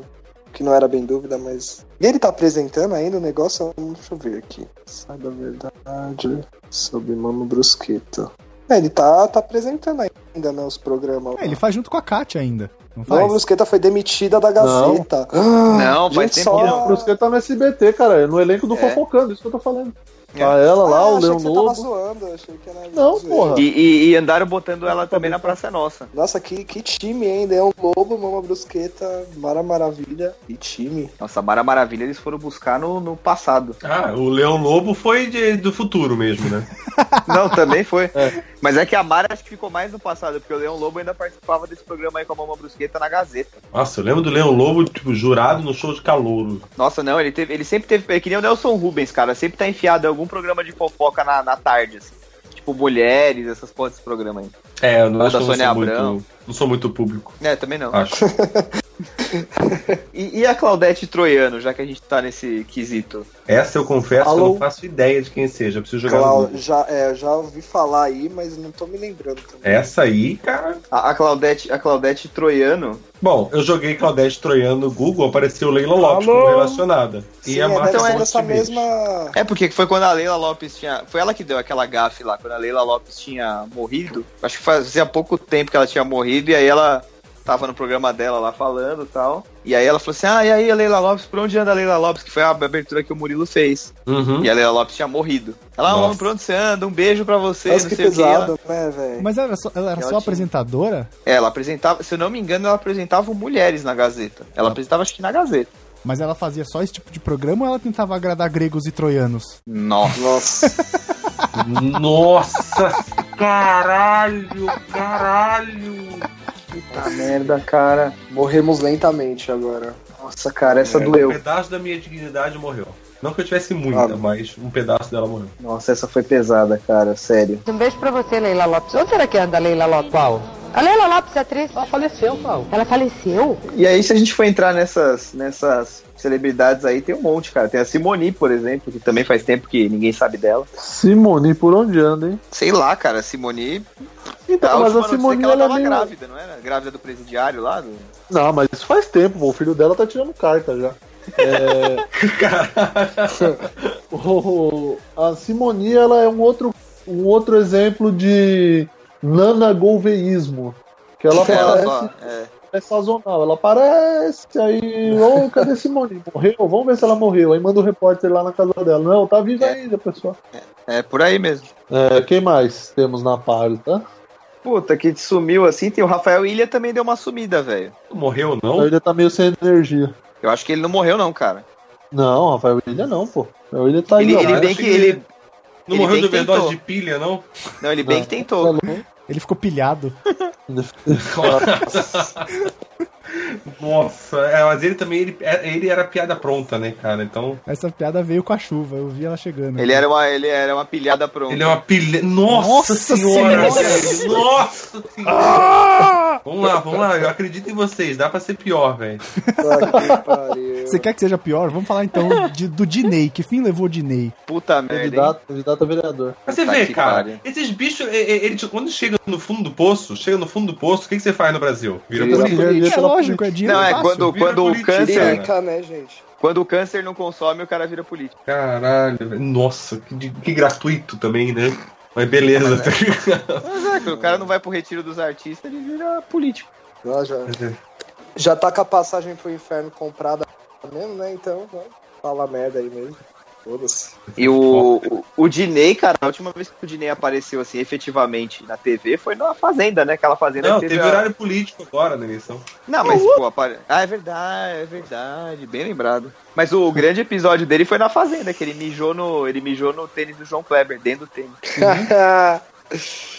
que não era bem dúvida, mas. E ele tá apresentando ainda o negócio? Deixa eu ver aqui. Sai da verdade sobre Mama Brusqueta. É, ele tá, tá apresentando ainda, né? Os programas.
É, ele faz junto com a Kátia ainda. Não faz?
Mama Brusqueta foi demitida da Gazeta.
Não, faz tempo que
Mama Brusqueta tá no SBT, cara. é No elenco do
É.
Fofocando, isso que eu tô falando.
É.
Tá ela lá,
Ah,
o
achei
Leão
que você tava
Lobo.
zoando, achei que era.
Não,
zoeira.
porra.
E, e- e andaram botando ela também na Praça Nossa.
Nossa, que, que time, hein? Leão Lobo, Mama Brusqueta, Mara Maravilha. Que time.
Nossa, Mara Maravilha eles foram buscar no, no passado.
Ah, o Leão Lobo foi de- do futuro mesmo, né?
Não, também foi. Mas é que a Mara acho que ficou mais no passado, porque o Leão Lobo ainda participava desse programa aí com a Mama Brusqueta na Gazeta.
Nossa, eu lembro do Leão Lobo, tipo, jurado no show de calouro.
Nossa, não, ele teve, ele sempre teve. Ele que nem o Nelson Rubens, cara. Sempre tá enfiado em algum programa de fofoca na, na tarde, assim. Tipo, mulheres, essas porras desse programa aí.
É, eu não
Ou da
acho que eu não
Sônia
sou,
Abrão.
muito, não sou muito público,
É, também não.
acho.
E, e a Claudete Troiano, já que a gente tá nesse quesito?
Essa eu confesso que eu
Alô?
não faço ideia de quem seja, eu preciso jogar no
Clau,
Google.
já, é, já ouvi falar aí, mas não tô me lembrando também.
Essa aí, cara.
A, a Claudete, a Claudete Troiano.
Bom, eu joguei Claudete Troiano no Google, apareceu Leila Lopes
Alô?
como relacionada.
Sim,
e a
é,
Marta
deve ser
Fontes
dessa
Mendes.
mesma.
É porque foi quando a Leila Lopes tinha. Foi ela que deu aquela gafe lá, quando a Leila Lopes tinha morrido. Acho que fazia pouco tempo que ela tinha morrido, e aí ela tava no programa dela lá falando e tal. E aí ela falou assim: Ah, e aí a Leila Lopes, pra onde anda a Leila Lopes? Que foi a abertura que o Murilo fez.
Uhum.
E a Leila Lopes tinha morrido. Ela, ah,
Nossa.
pra onde você anda? Um beijo pra você,
Nossa,
não
que
sei o que. Ela,
pesado, né, velho?
Mas ela era só, ela era
Que
só
ótimo.
apresentadora?
ela apresentava, se eu não me engano, ela apresentava o mulheres na Gazeta. Ela apresentava, acho que na Gazeta.
Mas ela fazia só esse tipo de programa ou ela tentava agradar gregos e troianos?
Nossa.
Nossa.
Uhum. Nossa! caralho! Caralho!
Puta merda, cara. Morremos lentamente agora. Nossa, cara, essa
É, Um
doeu.
pedaço da minha dignidade morreu. Não que eu tivesse muita,
Ah.
mas um pedaço dela morreu.
Nossa, essa foi pesada, cara, sério.
Um beijo pra você, Leila Lopes. Onde será que anda a Leila Lopes? Qual? A Leila Lopes é atriz. Ela faleceu, qual? Ela faleceu?
E aí, se a gente for entrar nessas, nessas celebridades aí, tem um monte, cara. Tem a Simoni, por exemplo, que também faz tempo que ninguém sabe dela.
Simone, por onde anda, hein?
Sei lá, cara, a Simoni.
Então, mas
última
a
notícia é
Simone
que ela
ela é
tava
meio...
grávida, não era? Grávida do presidiário lá? do-
Não, mas isso faz tempo, o filho dela tá tirando carta já. É... O- a Simoni ela é um outro, um outro exemplo de nanagolveísmo. Que ela
Ela
parece
só- é.
é sazonal. Ela parece aí, ô, cadê Simone? Morreu? Vamos ver se ela morreu. Aí manda o repórter lá na casa dela. Não, tá viva
É.
ainda, pessoal.
é por aí mesmo.
É, quem mais temos na tá? pauta?
Puta, que sumiu assim. Tem o Rafael Ilha também deu uma sumida, velho.
Morreu ou não?
Ainda tá meio sem energia.
Eu acho que ele não morreu, não, cara.
Não, Rafael Ilha não, pô. Rafael Ilha tá aí,
Ele,
ó.
ele é
eu
bem
achei
que.
que-
Ele,
Não
Ele
morreu de
bem
overdose
tentou.
de pilha, não?
não, ele bem
Ah.
Não.
que tentou.
Ele ficou pilhado.
Nossa, é, mas ele também ele, é, ele era piada pronta, né, cara? Então.
Essa piada veio com a chuva, eu vi ela chegando.
Ele era uma, ele era uma pilhada um pronta.
Ele é uma pilha. Nossa,
Nossa
senhora!
senhora!
velho. Nossa senhora! Vamos lá, vamos lá, eu acredito em vocês, dá pra ser pior, velho.
Puta que pariu.
Você quer que seja pior? Vamos falar então de- do Diney. Que fim levou o Diney?
Puta merda. hein?
Candidato, candidato a vereador.
Mas você
Tá
vê,
que
cara,
pariu.
esses bichos, é, é, eles, quando chegam no fundo do poço, chega no fundo do poço, o que, que você faz no Brasil? Vira
Vira
político.
político.
É lógico, é dinheiro
Não, é
fácil.
quando,
Vira
quando o
político,
câncer.
né?
Eita, né, gente?
Quando o câncer não consome, o cara vira político.
Caralho, velho. Nossa, que, de- que gratuito também, né? Mas beleza, tá ligado?
Mas é, que o cara não vai pro retiro dos artistas, ele vira político.
Ela já,
é.
já tá com a passagem pro inferno comprada mesmo, né? Então, né? fala merda aí mesmo. Foda-se.
E o, o, o Diney, cara, a última vez que o Diney apareceu assim, efetivamente, na TV, foi na Fazenda, né? Aquela Fazenda
Não,
que
teve
a-
horário político agora na eleição.
Não, mas, pô, apare... Ah, é verdade, é verdade, bem lembrado. Mas o grande episódio dele foi na Fazenda, que ele mijou no, ele mijou no tênis do João Kleber, dentro do tênis.
Uhum.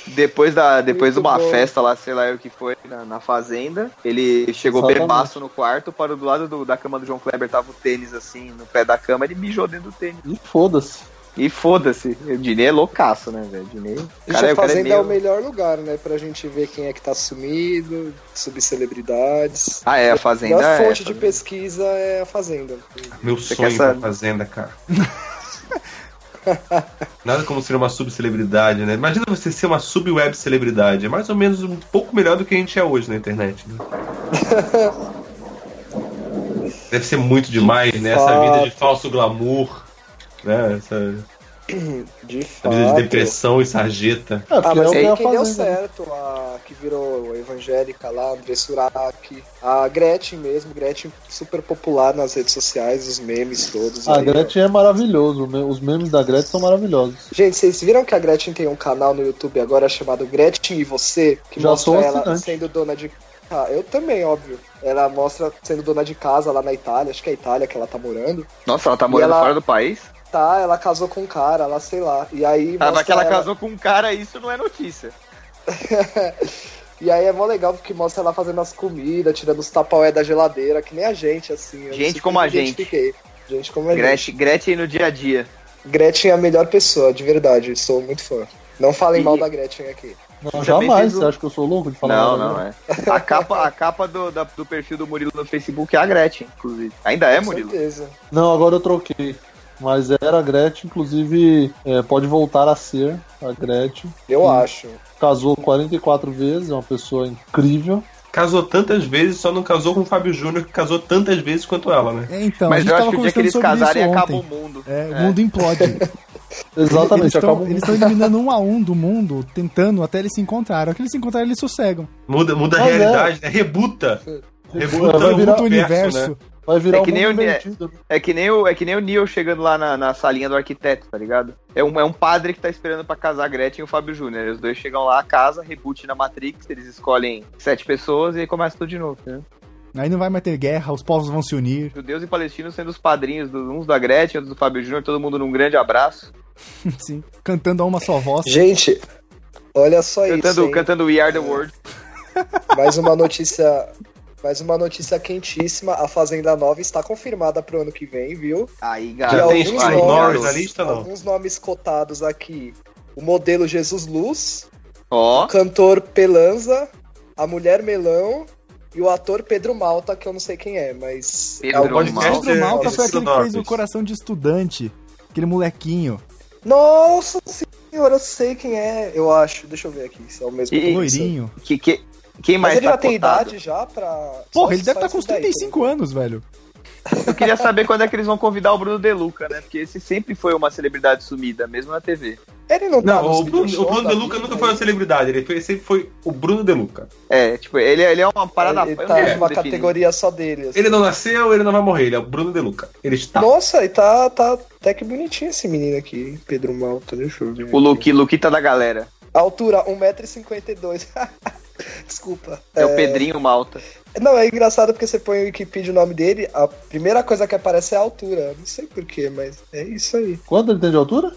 Depois da, depois de
Muito
uma
bom.
festa lá, sei lá o que foi, na, na Fazenda, ele chegou
Exatamente.
bebaço no quarto, parou do lado do- da cama do João Kleber, tava o tênis assim, no pé da cama, ele mijou dentro do tênis.
E foda-se.
E foda-se, o Dinei é loucaço, né, velho? O Dinei, cara,
E já
o cara é
fazenda é,
meio...
o melhor lugar, né? Pra gente ver quem é que tá sumido, subcelebridades.
Ah, é, a
A
Fazenda
melhor
é...
fonte de pesquisa é a Fazenda.
Meu
Você
sonho
quer
pra
saber?
fazenda, cara. Nada como ser uma subcelebridade, né? Imagina você ser uma sub-web celebridade. É mais ou menos um pouco melhor do que a gente é hoje na internet, né? Deve ser muito demais, né? Essa vida de falso glamour, né? Essa
De
essa
fato.
vida de depressão e sarjeta.
É,
Ah,
porque
mas
é o que
aí
é a
quem deu
fazenda, né?
certo, a que virou evangélica lá, André Surak, a Gretchen mesmo, Gretchen super popular nas redes sociais, os memes todos.
A
né?
aí, ó.
Gretchen é maravilhoso. né? Os memes da Gretchen são maravilhosos.
Gente, vocês viram que a Gretchen tem um canal no YouTube agora chamado Gretchen e Você, que
Já
mostra
sou
ela
assinante.
sendo dona de ah, eu também, óbvio. Ela mostra sendo dona de casa lá na Itália, acho que é a Itália que ela tá morando.
Nossa, ela tá
E
morando
ela-
fora do país?
Tá, ela casou com um cara lá, sei lá. E aí
Ah, mas que ela
ela-
casou com um cara, isso não é notícia.
E aí é mó legal porque mostra ela fazendo as comidas, tirando os tapaué da geladeira, que nem a gente, assim. eu
Gente
super
como a
me
gente.
identifiquei. Gente como a gente.
Gretchen, Gretchen no dia a dia.
Gretchen é a melhor pessoa, de verdade. Sou muito fã. Não falem
E-
mal da Gretchen aqui.
Não,
Também
jamais.
fez o-
Você acha que eu sou louco de falar
não,
nada,
não,
né?
é. A capa, a capa do, da- do perfil do Murilo no Facebook é a Gretchen, inclusive. Ainda é,
Com
Murilo?
certeza.
Não, agora eu troquei. Mas era a Gretchen, inclusive, é, pode voltar a ser a Gretchen.
Eu
Hum.
acho.
Casou 44 vezes, é uma pessoa incrível.
Casou tantas vezes, só não casou com o Fábio Júnior, que casou tantas vezes quanto ela, né?
É, então, a
Mas
gente
eu
tava
acho que o dia que
conversando
eles
sobre
casarem
isso
acaba o
ontem.
mundo.
É, o mundo implode.
Exatamente, acabou.
Eles estão eliminando um a um do mundo, tentando até eles se encontrarem. Aquilo que eles se encontrarem, eles sossegam.
Muda, muda a
Ah,
Mas é.
realidade, né? Rebuta. Rebuta
Vai
o
virar-
Muito universo.
né?
Vai virar
É
um
que nem
mundo
o Ne-
invertido.
É que nem o, é que nem o Neil chegando lá na, na salinha do arquiteto, tá ligado? É um, é um padre que tá esperando pra casar a Gretchen e o Fábio Júnior. Os dois chegam lá, casa, reboot na Matrix, eles escolhem sete pessoas e aí começa tudo de novo, né?
Aí não vai mais ter guerra, os povos vão se unir.
Judeus e palestinos sendo os padrinhos, do, uns da Gretchen, outros do Fábio Júnior, todo mundo num grande abraço.
Sim, cantando a uma só voz.
Gente, olha só É isso.
Cantando,
hein?
cantando We Are The World.
Mais uma notícia. Mais uma notícia quentíssima. A Fazenda Nova está confirmada pro ano que vem, viu?
Aí,
Já
garoto.
tem
alguns
Chuck
aí,
Norris
garoto.
na lista, não?
Alguns nomes cotados aqui. O modelo Jesus Luz,
Ó,
o cantor Pelanza, a mulher Melão e o ator Pedro Malta, que eu não sei quem é, mas.
Pedro
algum de
Malta.
vocês
é
Pedro Malta
nomes.
foi aquele que fez o
Nobres.
coração de estudante. Aquele molequinho.
Nossa senhora, eu sei quem é, eu acho. Deixa eu ver aqui se é o mesmo.
E-
que eu tô pensando.
Loirinho.
que, que, quem
Mas
mais
ele
tá
já tem
cotado?
idade já pra.
Porra,
só-
ele deve
só
estar com uns
isso daí,
35 anos, velho.
Eu queria saber quando é que eles vão convidar o Bruno De Luca, né? Porque esse sempre foi uma celebridade sumida, mesmo na TV.
Ele não, tá
Não,
nos
o Bruno,
videoshows
o Bruno
da
De Luca
vida,
nunca foi uma celebridade, ele foi- sempre foi o Bruno De Luca.
É, tipo, ele, ele é uma parada...
Ele
eu
tá
não sei
numa
definir.
categoria só dele. assim.
Ele não nasceu, ele não vai morrer, ele é o Bruno De Luca. Ele está.
Nossa, e tá, tá até que bonitinho esse menino aqui, hein?
tá
Pedro Malta, deixa eu ver. um
O Luqui, Luquita da galera.
Altura, 1,52m. Desculpa.
É o Pedrinho Malta.
Não, é engraçado porque você põe o Wikipedia o nome dele, a primeira coisa que aparece é a altura. Não sei porquê, mas é isso aí.
Quanto ele tem de altura?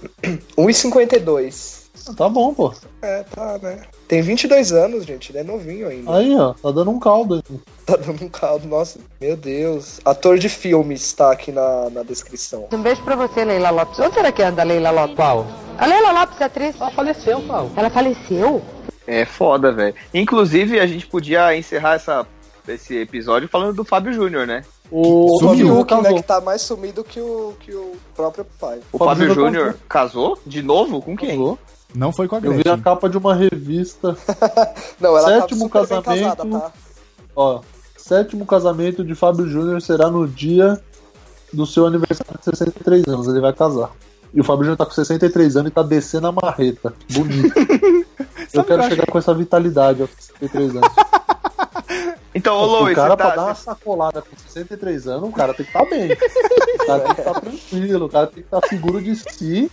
1,52.
Ah, Tá bom, pô.
É, tá, né? Tem 22 anos, gente. Ele é novinho ainda.
Aí, ó, tá dando um caldo. aí.
Tá dando um caldo. Nossa, meu Deus. Ator de filmes tá aqui na, na descrição.
Um beijo pra você, Leila Lopes. Onde será que anda a Leila Lopes? Qual? A Leila Lopes é atriz. Ela faleceu, qual? Ela faleceu?
É foda, velho. Inclusive, a gente podia encerrar essa, esse episódio falando do Fábio Júnior, né?
O
O
Sumiu.
Fabio
Fiuk, né,
casou.
que tá mais sumido que o, que o próprio pai.
O
Fábio
Fábio,
Júnior
Júnior casou? De novo? Com quem?
Casou.
Não foi com a
Eu vi
Gretchen.
a capa de uma revista.
Não, ela
Sétimo
tá super bem
casamento.
casada, tá?
Ó, sétimo casamento de Fábio Júnior será no dia do seu aniversário de 63 anos. Ele vai casar. E o Fábio Júnior tá com 63 anos e tá descendo a marreta. Bonito. eu quero
Sabe o que eu
chegar com essa vitalidade aos 63 anos.
Então, ô
o
Lois,
um cara,
você
pra
tá,
dar uma sacolada com 63 anos, o cara tem que estar bem. O cara tem que estar tranquilo, o cara tem que estar seguro de si.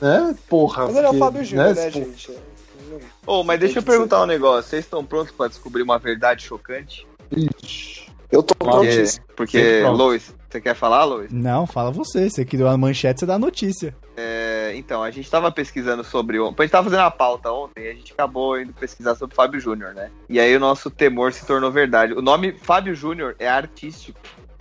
Né? Porra.
Mas ele é o
porque,
Fábio Júnior, né,
se-
gente?
Ô, mas deixa eu perguntar um negócio. Vocês estão prontos pra descobrir uma verdade chocante?
Ixi.
Eu tô
Porque,
prontíssimo.
Sempre
porque
pronto.
Lois, você quer falar, Lois?
Não, fala você. Você que deu a manchete, você dá a notícia.
É, então, a gente tava pesquisando sobre. on- A gente tava fazendo a pauta ontem e a gente acabou indo pesquisar sobre Fábio Júnior, né? E aí o nosso temor se tornou verdade. O nome Fábio Júnior é artístico.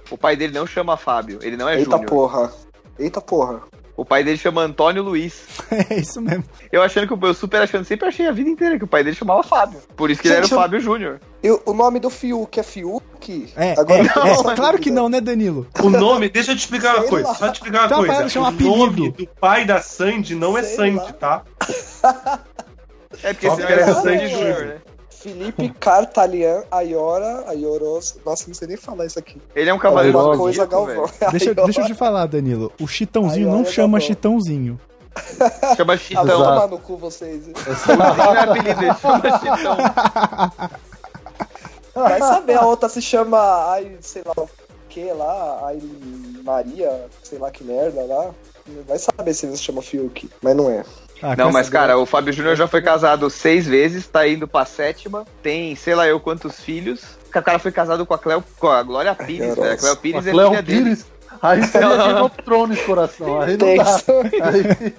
O pai dele não chama Fábio, ele não é
Eita
Júnior.
porra. Eita porra.
O pai dele chama Antônio Luiz.
É isso mesmo.
Eu achando que o eu super achando, sempre achei a vida inteira que o pai dele chamava Fábio. Por isso que ele era o
Gente, eu-
Fábio Júnior.
E o o nome do Fiuk é Fiuk?
É, é,
Agora eu tô
é,
só
claro
dúvida.
que não, né, Danilo?
O nome, deixa eu te explicar uma
Sei
coisa.
lá.
Só te explicar uma
Tá,
coisa.
para, chama
o
apelido.
nome do pai da Sandy não é
Sei
Sandy,
lá.
tá?
É porque senão
Só porque
era
era
Sandy
Sandy
Júnior,
Júnior.
né?
Felipe Cartalian Ayora Ayoros. Nossa, não sei nem falar isso aqui.
Ele é um cavaleiro
Alguma
Galvão,
coisa
zodíaco,
Galvão.
Deixa, eu-
Ayora.
deixa eu te falar, Danilo. O Chitãozinho
Ai,
não
olha,
chama
tá bom.
Chitãozinho.
velho. Chama
Ah, vão
Chitão.
tomar no cu vocês.
Não é apelido, ele chama Chitão.
Vai saber, a outra se chama. Ai, sei lá o que lá. Ai, Maria, sei lá que merda lá. Vai saber se eles chamam Fiuk, mas não é.
Ah,
Não,
com
mas
essa-
cara, o Fábio Júnior já foi casado seis vezes, tá indo pra sétima, tem sei lá eu quantos filhos. O cara foi casado com a Cleo, com a Glória Pires,
Nossa.
velho. A Cleo Pires é
Cleo
filha dele.
Pires. Aí você
Não,
é
não,
Game
não.
of Thrones, coração. Aí não dá.
Tenso,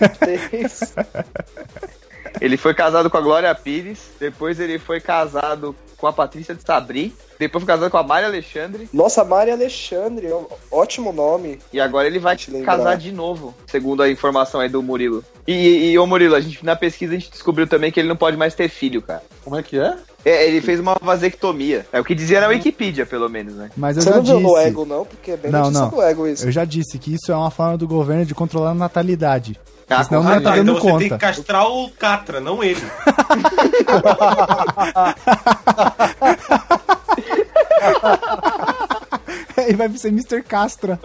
Aí,
tenso.
Ele foi casado com a Glória Pires, depois ele foi casado com a Patrícia de Sabri, depois foi casado com a Maria Alexandre
Nossa, Mari Alexandre, ó- ótimo nome.
e agora ele vai
Te lembrar.
casar de novo, segundo a informação aí do Murilo. E, e, e, ô Murilo, a gente na pesquisa a gente descobriu também que ele não pode mais ter filho, cara.
como é que é?
É, ele fez uma vasectomia. É o que dizia na Wikipedia, pelo menos, né?
Mas eu
Você
já
não viu no
disse.
ego, não? Porque é bem
Não,
notícia
não.
do ego isso.
Eu já disse que isso é uma forma do governo de controlar a natalidade.
Ah,
Senão
com
não ia
certeza.
tá dando
então você tem
conta.
que castrar o Catra, não ele.
E vai ser Mr. Castra.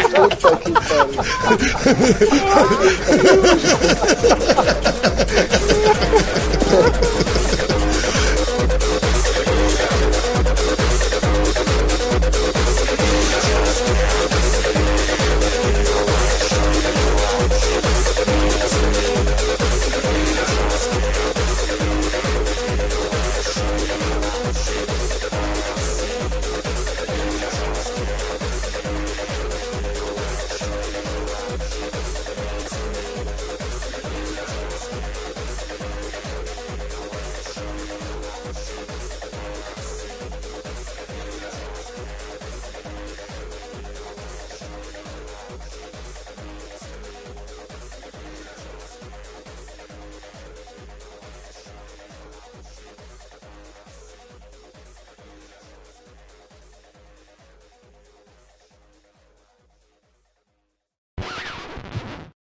Puta que pariu.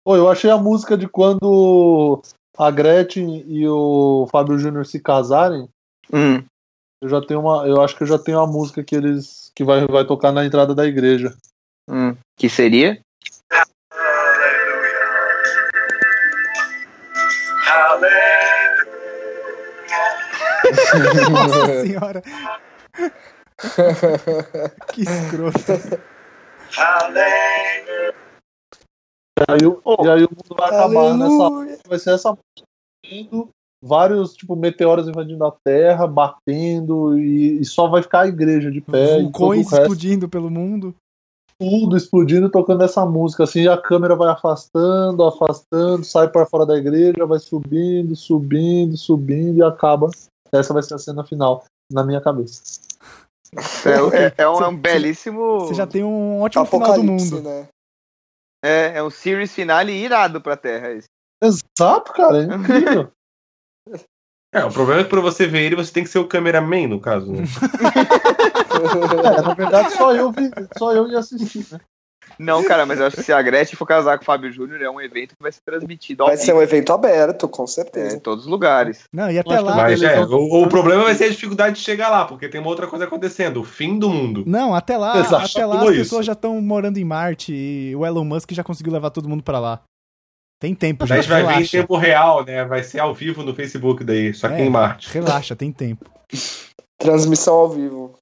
Pô, eu achei a música de quando a Gretchen e o Fábio Júnior se casarem.
Hum.
Eu já tenho uma. Eu acho que eu já tenho a música que eles. que vai, vai tocar na entrada da igreja.
Hum, que seria?
Nossa senhora. que escroto.
E aí, o- e aí o mundo vai acabar nessa.
Aleluia.
é um
Vai ser essa música. explodindo, vários, tipo, meteoros invadindo a Terra, batendo, e, e só vai ficar a igreja de
É,
pé. e todo
então
o
Vulcões
resto,
explodindo pelo mundo.
tudo explodindo, tocando essa música, assim, e a câmera vai afastando, afastando, sai para fora da igreja, vai subindo, subindo, subindo, e acaba. Essa vai ser a cena final, na minha cabeça.
É, é- é um, é um
Você-
belíssimo.
Você já tem um ótimo final do mundo.
né?
É, é um series finale irado pra Terra. é Esse.
Exato, cara, é incrível.
É, o problema é que pra você ver ele, você tem que ser o cameraman, no caso. Né?
É, na verdade, só eu vi, só eu ia assistir, né?
Não, cara, mas eu acho que se a Gretchen for casar com o Fábio Júnior, é um evento que vai ser transmitido ao
Vai ser
vivo
um evento aberto, com
é,
certeza.
em todos os lugares.
Não, e até
Mas tu
lá.
vai-
Mas
ele
é,
não-
o, o problema vai ser a dificuldade de chegar lá, porque tem uma outra coisa acontecendo, o fim do mundo.
Não, até lá,
Exato,
até lá as
tudo isso.
pessoas já estão morando em Marte e o Elon Musk já conseguiu levar todo mundo pra lá. Tem tempo,
Daí a
gente.
gente vai ver em
Relaxa.
tempo real, né? Vai ser ao vivo no Facebook daí, só que
É.
em Marte.
Relaxa, tem tempo.
Transmissão ao vivo.